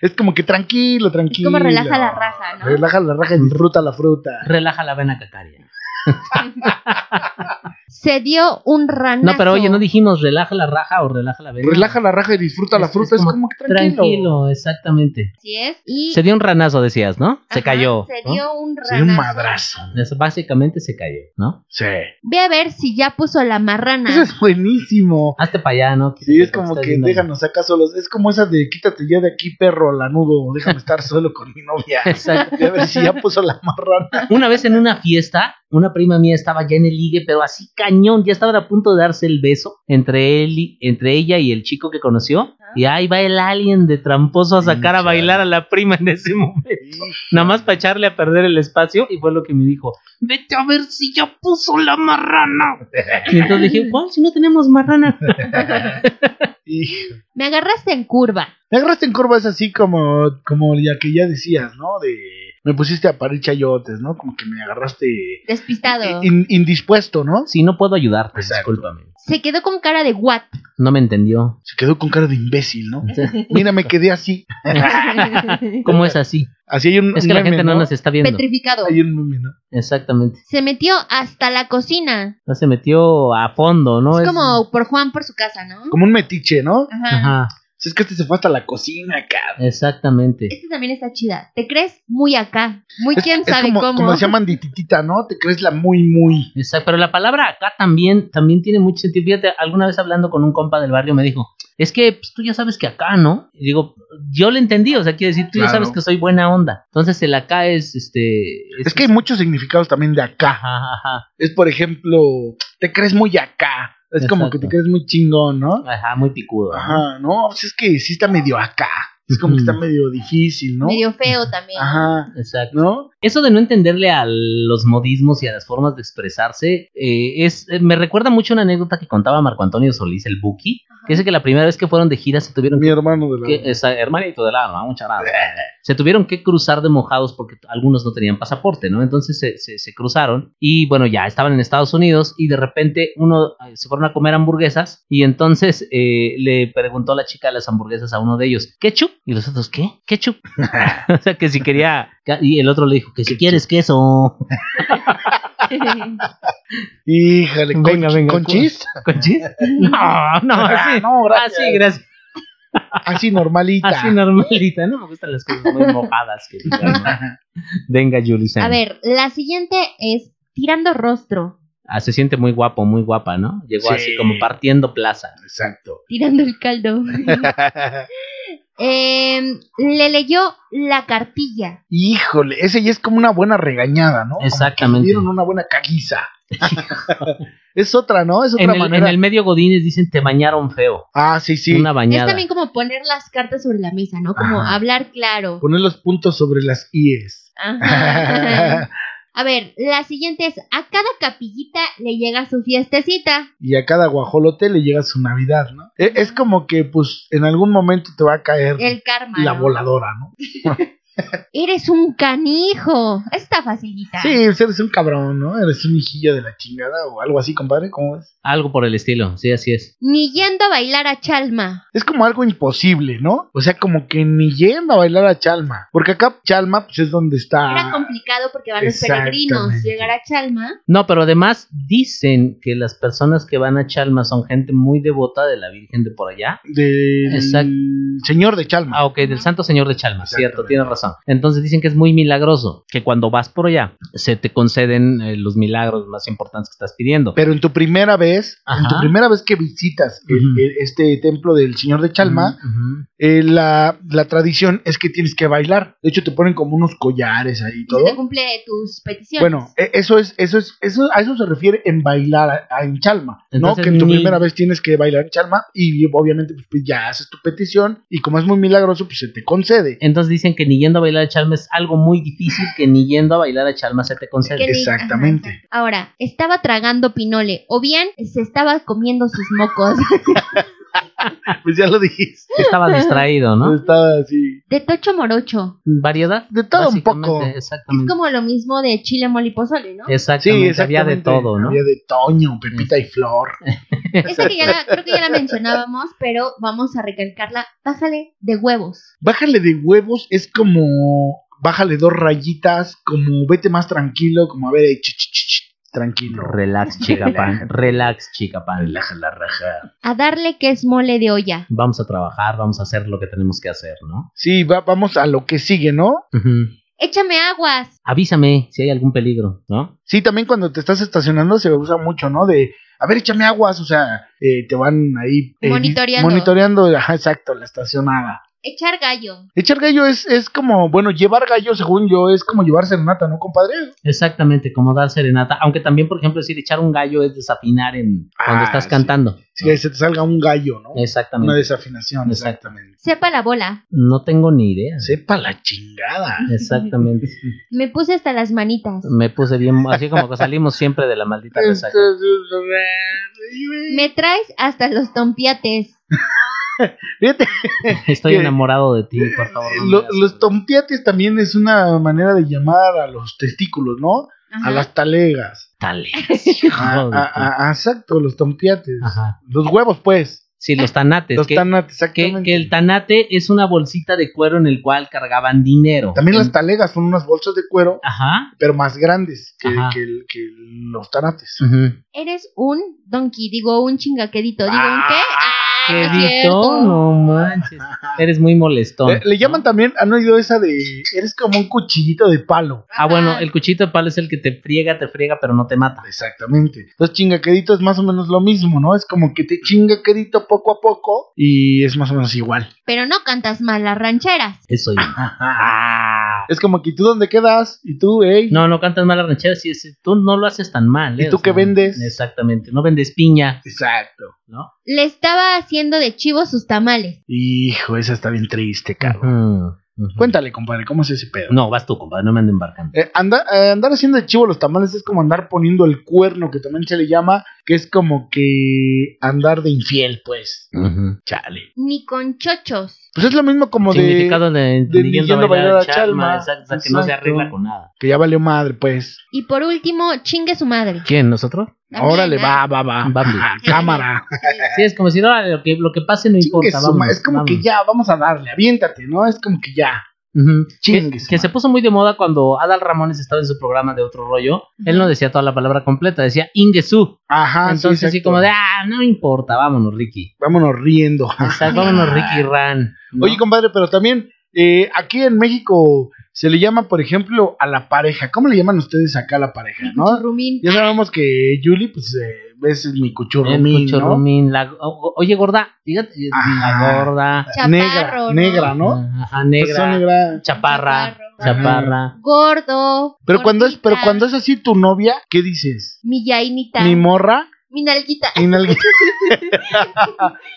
Speaker 4: Es como que tranquilo, tranquilo.
Speaker 3: como relaja la raja, ¿no?
Speaker 4: Relaja la raja y disfruta la fruta.
Speaker 2: Relaja la vena cacaria.
Speaker 3: Se dio un ranazo.
Speaker 2: No, pero oye, no dijimos relaja la raja o relaja la vena.
Speaker 4: Relaja la raja y disfruta la
Speaker 2: Es-
Speaker 4: fruta. Es,
Speaker 2: es como
Speaker 4: como, que tranquilo.
Speaker 2: exactamente.
Speaker 3: Así es. Y
Speaker 2: Se dio un ranazo, decías, ¿no? se
Speaker 3: Ajá,
Speaker 2: cayó.
Speaker 3: Se
Speaker 2: ¿no?
Speaker 3: dio un
Speaker 4: Sí, un
Speaker 3: ranazo.
Speaker 4: madrazo.
Speaker 2: Eso básicamente se cayó, ¿no?
Speaker 4: Sí.
Speaker 3: Ve a ver si ya puso la marrana.
Speaker 4: Eso es buenísimo.
Speaker 2: Hazte para allá, ¿no?
Speaker 4: Sí, es
Speaker 2: Te
Speaker 4: como
Speaker 2: estás
Speaker 4: que
Speaker 2: viendo-
Speaker 4: déjanos acá solos. Es como esa de quítate ya de aquí, perro lanudo. Déjame estar <laughs> solo con mi novia.
Speaker 2: <laughs> Exacto.
Speaker 4: Y a ver si ya puso la marrana.
Speaker 2: Una vez en una fiesta, una prima mía estaba ya en el ligue, pero así cañón, ya estaban a punto de darse el beso entre él y- entre ella y el chico que conoció. Y ahí va el alien de tramposo a sacar a
Speaker 5: Hincha.
Speaker 2: bailar a la prima en ese momento. Nada más para echarle a perder el espacio y fue lo que me dijo, vete a ver si ya puso la marrana. Y entonces dije, ¿cuál? Si no tenemos marrana.
Speaker 4: Y
Speaker 3: Me agarraste en curva.
Speaker 4: me agarraste en curva es así como, como ya que ya decías, ¿no? De me pusiste a parir chayotes, ¿no? Como que me agarraste
Speaker 3: Despistado.
Speaker 4: in- indispuesto, ¿no?
Speaker 2: Si no puedo ayudarte,
Speaker 4: Exacto.
Speaker 2: discúlpame.
Speaker 3: Se quedó con cara de what.
Speaker 2: No me entendió.
Speaker 4: Se quedó con cara de imbécil, ¿no? Mira, me quedé así.
Speaker 3: <laughs>
Speaker 2: ¿Cómo es así?
Speaker 4: Así hay un
Speaker 2: Es que la
Speaker 4: meme,
Speaker 2: gente no nos está viendo.
Speaker 3: Petrificado.
Speaker 4: Hay un meme, ¿no?
Speaker 2: Exactamente.
Speaker 3: Se metió hasta la cocina.
Speaker 2: No se metió a fondo, ¿no?
Speaker 3: es como por Juan por su casa, ¿no?
Speaker 4: Como un metiche, ¿no?
Speaker 3: Ajá.
Speaker 2: Ajá,
Speaker 4: Si es que este se fue hasta la cocina, cabrón.
Speaker 2: exactamente.
Speaker 3: Esta también está chida. Te crees muy acá. Muy quién
Speaker 4: es
Speaker 3: sabe
Speaker 4: como,
Speaker 3: cómo.
Speaker 4: como se llaman dititita, ¿no? Te crees la muy, muy.
Speaker 2: Exacto, pero la palabra acá también, también tiene mucho sentido. Fíjate, alguna vez hablando con un compa del barrio me dijo, es que pues, tú ya sabes que acá, ¿no? Y digo, yo lo entendí, o sea, quiere decir, tú ya
Speaker 4: Claro.
Speaker 2: sabes que soy buena onda. Entonces el acá es, este...
Speaker 4: Es que hay muchos significados también de acá.
Speaker 2: Ajá, ajá,
Speaker 4: Es, por ejemplo, te crees muy acá. Es como que te
Speaker 2: Exacto.
Speaker 4: crees muy chingón, ¿no?
Speaker 2: ajá, muy picudo. ¿no?
Speaker 4: Ajá, no, pues es que sí está medio acá. Es como que está medio difícil, ¿no?
Speaker 3: Medio feo también.
Speaker 4: Ajá, <laughs>
Speaker 2: Exacto.
Speaker 4: ¿no?
Speaker 2: Eso de no entenderle a los modismos y a las formas de expresarse, eh, es, eh, me recuerda mucho una anécdota que contaba Marco Antonio Solís, el Buki, que dice que la primera vez que fueron de gira se tuvieron
Speaker 4: Mi hermano de la...
Speaker 2: que, esa- hermanito del alma, muchas gracias. Se tuvieron que cruzar de mojados porque t- algunos no tenían pasaporte, ¿no? Entonces se, se- se cruzaron y bueno, ya estaban en Estados Unidos y de repente uno eh, se fueron a comer hamburguesas y entonces eh, le preguntó la chica de las hamburguesas a uno de ellos, ¿ketchup? Y los otros, ¿qué?
Speaker 4: <laughs>
Speaker 2: ¿Ketchup? <laughs> o sea, que si quería... ca- Y el otro le dijo, que si quieres queso. <laughs>
Speaker 4: Híjale, con,
Speaker 2: Venga, venga,
Speaker 4: con
Speaker 2: cu-
Speaker 4: chis. <laughs>
Speaker 2: ¿Con chis? No, no,
Speaker 4: Ah,
Speaker 2: así.
Speaker 4: no, gracias.
Speaker 2: Así, gracias.
Speaker 4: Así normalita.
Speaker 2: Así normalita. No me gustan las cosas muy mojadas.
Speaker 4: <laughs>
Speaker 2: que digan, ¿no? Venga, Julie. Sam.
Speaker 3: A ver, la siguiente es tirando rostro.
Speaker 2: Ah, se siente muy guapo, muy guapa, ¿no? Llegó
Speaker 4: Sí.
Speaker 2: así como partiendo plaza.
Speaker 4: Exacto.
Speaker 3: Tirando
Speaker 4: <laughs>
Speaker 3: el caldo. Em, le leyó la cartilla.
Speaker 4: Híjole, ese ya es como una buena regañada, ¿no? Como que
Speaker 2: Exactamente.
Speaker 4: le dieron una buena caguiza. <laughs> es otra, ¿no? Es otra
Speaker 2: En el,
Speaker 4: manera.
Speaker 2: en el medio Godines dicen te bañaron feo.
Speaker 4: Ah, sí, sí.
Speaker 2: Una
Speaker 3: Es
Speaker 2: bañada.
Speaker 3: también como poner las cartas sobre la mesa, ¿no? Como
Speaker 4: Ajá.
Speaker 3: hablar claro.
Speaker 4: Poner los puntos sobre las IES.
Speaker 3: Ajá. A ver, la siguiente es, a cada capillita le llega su fiestecita.
Speaker 4: <laughs> y a cada guajolote le llega su Navidad, ¿no? E- Es, como que, pues, en algún momento te va a caer
Speaker 3: El karma.
Speaker 4: la
Speaker 3: ¿no?
Speaker 4: voladora, ¿no?
Speaker 3: Eres un canijo. Está facilita.
Speaker 4: Sí, pues eres un cabrón, ¿no? Eres un hijillo de la chingada o algo así, compadre, ¿cómo es?
Speaker 2: Algo por el estilo, sí, así es.
Speaker 3: Ni yendo a bailar a Chalma.
Speaker 4: Es como algo imposible, ¿no? O sea, como que ni yendo a bailar a Chalma. Porque acá Chalma, pues, es donde
Speaker 3: Era
Speaker 4: está...
Speaker 3: complicado porque van los peregrinos.
Speaker 4: Exactamente.
Speaker 3: Llegar a Chalma.
Speaker 2: No, pero además dicen que las personas que van a Chalma son gente muy devota de la Virgen de por allá.
Speaker 4: Del
Speaker 2: Exacto.
Speaker 4: señor de Chalma.
Speaker 2: Ah, ok, del Santo Señor de Chalma, cierto,
Speaker 4: Exactamente.
Speaker 2: tienes razón. Entonces dicen que es muy milagroso, que cuando vas por allá se te conceden eh, los milagros más importantes que estás pidiendo.
Speaker 4: Pero en tu primera vez, en
Speaker 2: Ajá.
Speaker 4: tu primera vez que visitas el-
Speaker 2: Ujú.
Speaker 4: el- este templo del Señor de Chalma,
Speaker 2: Ujú.
Speaker 4: eh, la, la tradición es que tienes que bailar. De hecho, te ponen como unos collares ahí y
Speaker 3: y Se te
Speaker 4: todo.
Speaker 3: cumple tus peticiones.
Speaker 4: Bueno, e- eso es, eso es, eso, a eso se refiere en bailar a- a- en Chalma, ¿no?
Speaker 2: Entonces,
Speaker 4: Que en tu
Speaker 2: ni-
Speaker 4: primera vez tienes que bailar en Chalma y obviamente pues, pues, ya haces tu petición y como es muy milagroso, pues se te
Speaker 2: <laughs>
Speaker 4: concede.
Speaker 2: Entonces dicen que ni yendo a bailar a Chalma es algo muy difícil, que ni yendo a bailar a Chalma se te concede.
Speaker 3: Que ni-
Speaker 4: Exactamente.
Speaker 3: Ajá, exacto. Ahora, estaba tragando pinole o bien se estaba comiendo sus mocos.
Speaker 4: Pues ya lo dijiste. <laughs>
Speaker 2: Estaba distraído, ¿no?
Speaker 4: Estaba así.
Speaker 3: <laughs> De Tocho Morocho.
Speaker 4: pues,
Speaker 2: Variedad.
Speaker 4: De todo un
Speaker 2: Básicamente,
Speaker 4: poco.
Speaker 3: Es
Speaker 4: Mm.
Speaker 2: Exactamente.
Speaker 3: como lo mismo de Chile Mole y Pozole, ¿no?
Speaker 2: Exactamente. Había de
Speaker 4: exactamente.
Speaker 2: todo, ¿no? Eh.
Speaker 4: Había de Toño, Pepita y Flor.
Speaker 3: Esa que ya la- creo que ya la mencionábamos, pero vamos a recalcarla. Bájale de huevos.
Speaker 4: Bájale de huevos es como. Bájale dos rayitas, como vete más tranquilo, como a ver, eh, ch, ch, ch, ch, tranquilo. <laughs>
Speaker 2: Relax, chica pan. Relax, chica pan.
Speaker 4: Relaja la raja.
Speaker 3: A darle que es mole de olla.
Speaker 2: Vamos a trabajar, vamos a hacer lo que tenemos que hacer, ¿no?
Speaker 4: Sí, va- vamos a lo que sigue, ¿no?
Speaker 2: Ujú.
Speaker 3: Échame aguas.
Speaker 2: Avísame si hay algún peligro, ¿no?
Speaker 4: Sí, también cuando te estás estacionando se usa mucho, ¿no? De, a ver, échame aguas, o sea, eh, te van ahí... eh,
Speaker 3: Monitoreando.
Speaker 4: Monitoreando, ajá, exacto, la estacionada.
Speaker 3: Echar gallo.
Speaker 4: Echar gallo es, es como, bueno, llevar gallo, según yo, es como llevar serenata, ¿no, compadre?
Speaker 2: Exactamente, como dar serenata. Aunque también, por ejemplo, decir echar un gallo es desafinar en cuando
Speaker 4: Ah,
Speaker 2: estás
Speaker 4: sí.
Speaker 2: cantando.
Speaker 4: Si se te salga un gallo, ¿no?
Speaker 2: Exactamente.
Speaker 4: Una desafinación,
Speaker 2: Exacto.
Speaker 4: exactamente.
Speaker 3: Sepa la bola.
Speaker 2: No tengo ni idea.
Speaker 4: Sepa la chingada.
Speaker 2: Exactamente.
Speaker 3: Me puse hasta las manitas.
Speaker 2: Me puse bien, así como que salimos siempre de
Speaker 4: <laughs>
Speaker 2: la maldita resaca.
Speaker 3: Me traes hasta los tompiates.
Speaker 4: Fíjate,
Speaker 2: Estoy
Speaker 4: que-
Speaker 2: enamorado de ti, por favor. no me
Speaker 4: lo-
Speaker 2: hagas-
Speaker 4: los tompiates también es una manera de llamar a los testículos, ¿no?
Speaker 3: Ajá.
Speaker 4: A las talegas.
Speaker 3: <laughs>
Speaker 2: Tales.
Speaker 4: A-
Speaker 2: hijo de tu-
Speaker 4: a- a- exacto, los tompiates.
Speaker 2: Ajá.
Speaker 4: Los huevos, pues.
Speaker 2: Sí, los tanates.
Speaker 4: Los
Speaker 2: que,
Speaker 4: tanates,
Speaker 2: que,
Speaker 4: exactamente.
Speaker 2: que el tanate es una bolsita de cuero en el cual cargaban dinero.
Speaker 4: También las talegas son unas bolsas de cuero,
Speaker 2: Ajá.
Speaker 4: pero más grandes que,
Speaker 2: Ajá.
Speaker 4: que el- que los tanates.
Speaker 2: Ujú.
Speaker 3: Eres un donkey. Digo, un chingaquedito. Digo, ¿un qué? Ah,
Speaker 2: ¿Qué
Speaker 3: no es
Speaker 2: dito?
Speaker 3: cierto.
Speaker 4: <laughs>
Speaker 2: No manches. Eres muy molestón.
Speaker 4: Eh, Le, le llaman también, han oído esa de, eres como un cuchillito de palo.
Speaker 2: Ah, bueno,
Speaker 3: Ajá.
Speaker 2: el cuchito de palo es el que te friega, te friega, pero no te mata.
Speaker 4: Exactamente. Los chingaqueditos es más o menos lo mismo, ¿no? Es como que te chingaquedito poco a poco y es más o menos igual.
Speaker 3: Pero no cantas mal las rancheras.
Speaker 2: Eso yo.
Speaker 4: Es como que tú dónde quedas y tú, ey.
Speaker 2: Ah. No, no cantas mal las rancheras. Sí, sí, tú no lo haces tan mal.
Speaker 4: ¿Y
Speaker 2: ¿eh?
Speaker 4: tú qué vendes?
Speaker 2: Exactamente. No vendes piña,
Speaker 4: Exacto.
Speaker 2: ¿no?
Speaker 3: Le estaba haciendo de chivo sus tamales.
Speaker 4: Hijo, esa está bien triste, cabrón.
Speaker 2: Ujú, ujú.
Speaker 4: Cuéntale, compadre, ¿cómo es ese pedo?
Speaker 2: No, vas tú, compadre. No me ando embarcando.
Speaker 4: Eh, anda- eh, andar haciendo de chivo los tamales es como andar poniendo el cuerno, que también se le llama, que es como que andar de infiel, pues.
Speaker 2: Ujú.
Speaker 4: Chale.
Speaker 3: Ni con chochos.
Speaker 4: Pues es lo mismo como de...
Speaker 2: Significado de,
Speaker 4: de ni yendo a bailar a Chalma.
Speaker 2: Exacto, o sea, que no se
Speaker 4: Exacto.
Speaker 2: arregla con nada.
Speaker 4: Que ya valió madre, pues.
Speaker 3: Y por último, chingue su madre.
Speaker 2: ¿Quién? ¿Nosotros?
Speaker 3: También,
Speaker 4: Órale,
Speaker 3: ah,
Speaker 4: va, va, va.
Speaker 2: Va,
Speaker 4: Ajá,
Speaker 2: <laughs>
Speaker 3: sí.
Speaker 4: Cámara.
Speaker 2: Sí, es como si no, lo que, lo que pase no
Speaker 4: Chingue
Speaker 2: importa.
Speaker 4: su ma-
Speaker 2: vámonos,
Speaker 4: es como que
Speaker 2: vámonos.
Speaker 4: ya, vamos a darle, aviéntate, ¿no? Es como que ya.
Speaker 2: Ujú. Que,
Speaker 4: Chingue su
Speaker 2: que se
Speaker 4: madre.
Speaker 2: puso muy de moda cuando Adal Ramones estaba en su programa de otro rollo. Él no decía toda la palabra completa, decía Ingesú.
Speaker 4: Ajá, sí,
Speaker 2: Entonces, así
Speaker 4: exacto.
Speaker 2: como de, ah, no importa, vámonos, Ricky.
Speaker 4: Vámonos riendo.
Speaker 2: Exacto, vámonos, Ricky Ran. ¿no?
Speaker 4: <laughs> Ah. Oye, compadre, pero también eh, aquí en México se le llama, por ejemplo, a la pareja. ¿Cómo le llaman ustedes acá a la pareja,
Speaker 3: Mi
Speaker 4: no?
Speaker 3: cuchurrumín.
Speaker 4: Ya sabemos que Yuli, pues, eh, ese es mi
Speaker 2: El
Speaker 4: cuchurrumín, ¿no?
Speaker 2: cuchurrumín, la- o- o- oye, gorda, fíjate,
Speaker 4: Ajá.
Speaker 2: la gorda,
Speaker 3: Chaparro,
Speaker 4: negra,
Speaker 3: ¿no?
Speaker 4: negra, ¿no? Pues
Speaker 2: ajá, negra,
Speaker 4: Persona negra.
Speaker 2: chaparra,
Speaker 3: Chaparro.
Speaker 2: chaparra.
Speaker 3: Gordo.
Speaker 4: Pero cuando es, pero
Speaker 3: gordita,
Speaker 4: cuando es así tu novia, ¿qué dices?
Speaker 3: Mi yainita.
Speaker 4: Mi
Speaker 3: Mi,
Speaker 4: morra,
Speaker 3: nalguita.
Speaker 4: mi nalga- <laughs>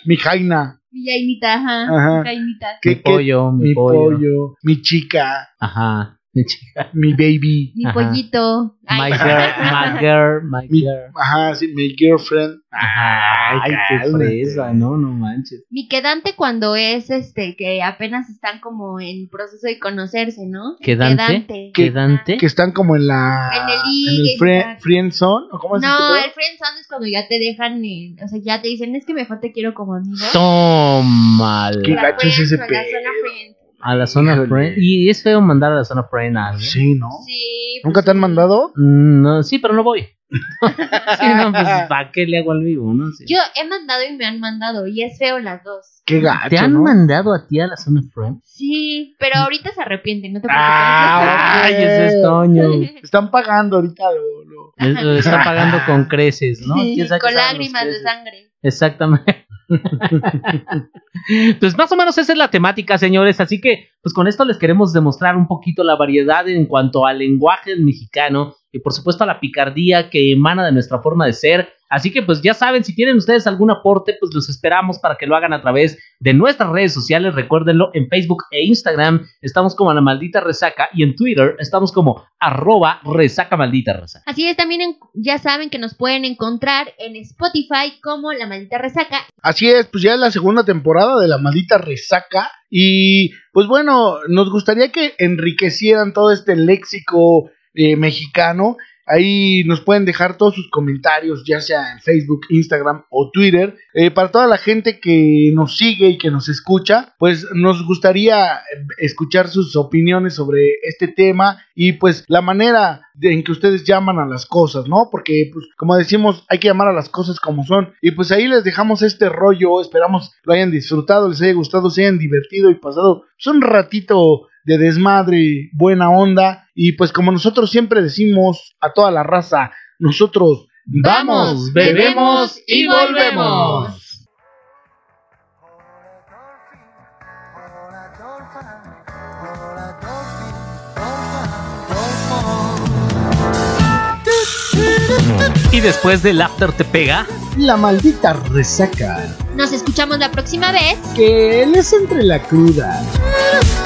Speaker 4: mi jaina.
Speaker 3: Mi yainita, ajá.
Speaker 4: Ajá.
Speaker 3: Mi jainita.
Speaker 4: ¿Qué-
Speaker 2: mi
Speaker 4: qué-
Speaker 2: pollo, mi, pollo,
Speaker 4: mi chica,
Speaker 2: ajá, mi chica,
Speaker 4: mi baby,
Speaker 3: Mi
Speaker 2: Ajá.
Speaker 3: pollito.
Speaker 2: <laughs>
Speaker 3: Ay,
Speaker 2: my girl, my girl,
Speaker 4: <laughs>
Speaker 2: my
Speaker 4: mi,
Speaker 2: girl.
Speaker 4: ajá, sí, mi girlfriend.
Speaker 2: Ajá, Ay, qué
Speaker 4: Ah, cálmate.
Speaker 2: fresa, no, no manches.
Speaker 3: mi quedante cuando es este, que apenas están como en proceso de conocerse, ¿no?
Speaker 2: ¿Quedante? Quedante.
Speaker 4: Que están como en la
Speaker 3: En el ligue,
Speaker 4: en frie-
Speaker 3: exacto.
Speaker 4: friend zone, ¿o cómo es este
Speaker 3: No,
Speaker 4: pedo?
Speaker 3: el friend zone es cuando ya te dejan, en- o sea, ya te dicen, es que mejor te quiero como amigo.
Speaker 2: Tómala.
Speaker 4: Qué
Speaker 3: La
Speaker 4: gacho es ese
Speaker 3: friendzone, la
Speaker 4: pedo.
Speaker 3: zona friendzone.
Speaker 2: A la zona
Speaker 4: Híjole.
Speaker 2: friend. Y es feo mandar a la zona friend a alguien.
Speaker 4: Sí, ¿no?
Speaker 3: Sí.
Speaker 4: ¿Nunca
Speaker 3: pues
Speaker 4: te han
Speaker 3: sí.
Speaker 4: mandado?
Speaker 2: Mm, No, sí, pero no voy.
Speaker 4: <laughs>
Speaker 2: sí, no, pues, ¿para qué le hago al vivo? No sé.
Speaker 3: Yo he mandado y me han mandado, y es feo las dos.
Speaker 4: Qué gacho,
Speaker 2: ¿Te han
Speaker 4: ¿no?
Speaker 2: mandado a ti a la zona friend?
Speaker 3: Sí, pero ahorita se arrepienten, no te preocupes. <laughs>
Speaker 4: Ah,
Speaker 2: Ay,
Speaker 4: ok.
Speaker 2: ese es Toño.
Speaker 4: Están pagando ahorita lo, lo-
Speaker 2: Es- Lo está pagando con creces, ¿no?
Speaker 3: Sí,
Speaker 2: ¿Quién sabe qué
Speaker 3: con
Speaker 2: saben los
Speaker 3: lágrimas de
Speaker 2: creces?
Speaker 3: sangre.
Speaker 2: Exactamente. <laughs> pues más o menos esa es la temática, señores. Así que, pues con esto les queremos demostrar un poquito la variedad en cuanto al lenguaje mexicano y por supuesto a la picardía que emana de nuestra forma de ser, Así que pues ya saben, si tienen ustedes algún aporte, pues los esperamos para que lo hagan a través de nuestras redes sociales. Recuérdenlo en Facebook e Instagram. Estamos como la maldita resaca y en Twitter estamos como arroba resaca maldita resaca.
Speaker 3: Así es, también en- ya saben que nos pueden encontrar en Spotify como La Maldita Resaca.
Speaker 4: Así es, pues ya es la segunda temporada de la maldita resaca. Y pues bueno, nos gustaría que enriquecieran todo este léxico eh, mexicano. Ahí nos pueden dejar todos sus comentarios, ya sea en Facebook, Instagram o Twitter. Eh, para toda la gente que nos sigue y que nos escucha, pues nos gustaría eh, escuchar sus opiniones sobre este tema y pues la manera de- en que ustedes llaman a las cosas, ¿no? Porque pues como decimos, hay que llamar a las cosas como son. Y pues ahí les dejamos este rollo, esperamos lo hayan disfrutado, les haya gustado, se hayan divertido y pasado pues, un ratito de desmadre, buena onda. Y pues como nosotros siempre decimos a toda la raza, nosotros
Speaker 3: Vamos, bebemos y volvemos.
Speaker 6: Hola Dolphin, hola Dolphin, hola Dolphin,
Speaker 2: Y después del after te pega.
Speaker 1: La maldita resaca
Speaker 3: Nos escuchamos la próxima vez.
Speaker 1: que les entre la cruda.
Speaker 6: Dolphin,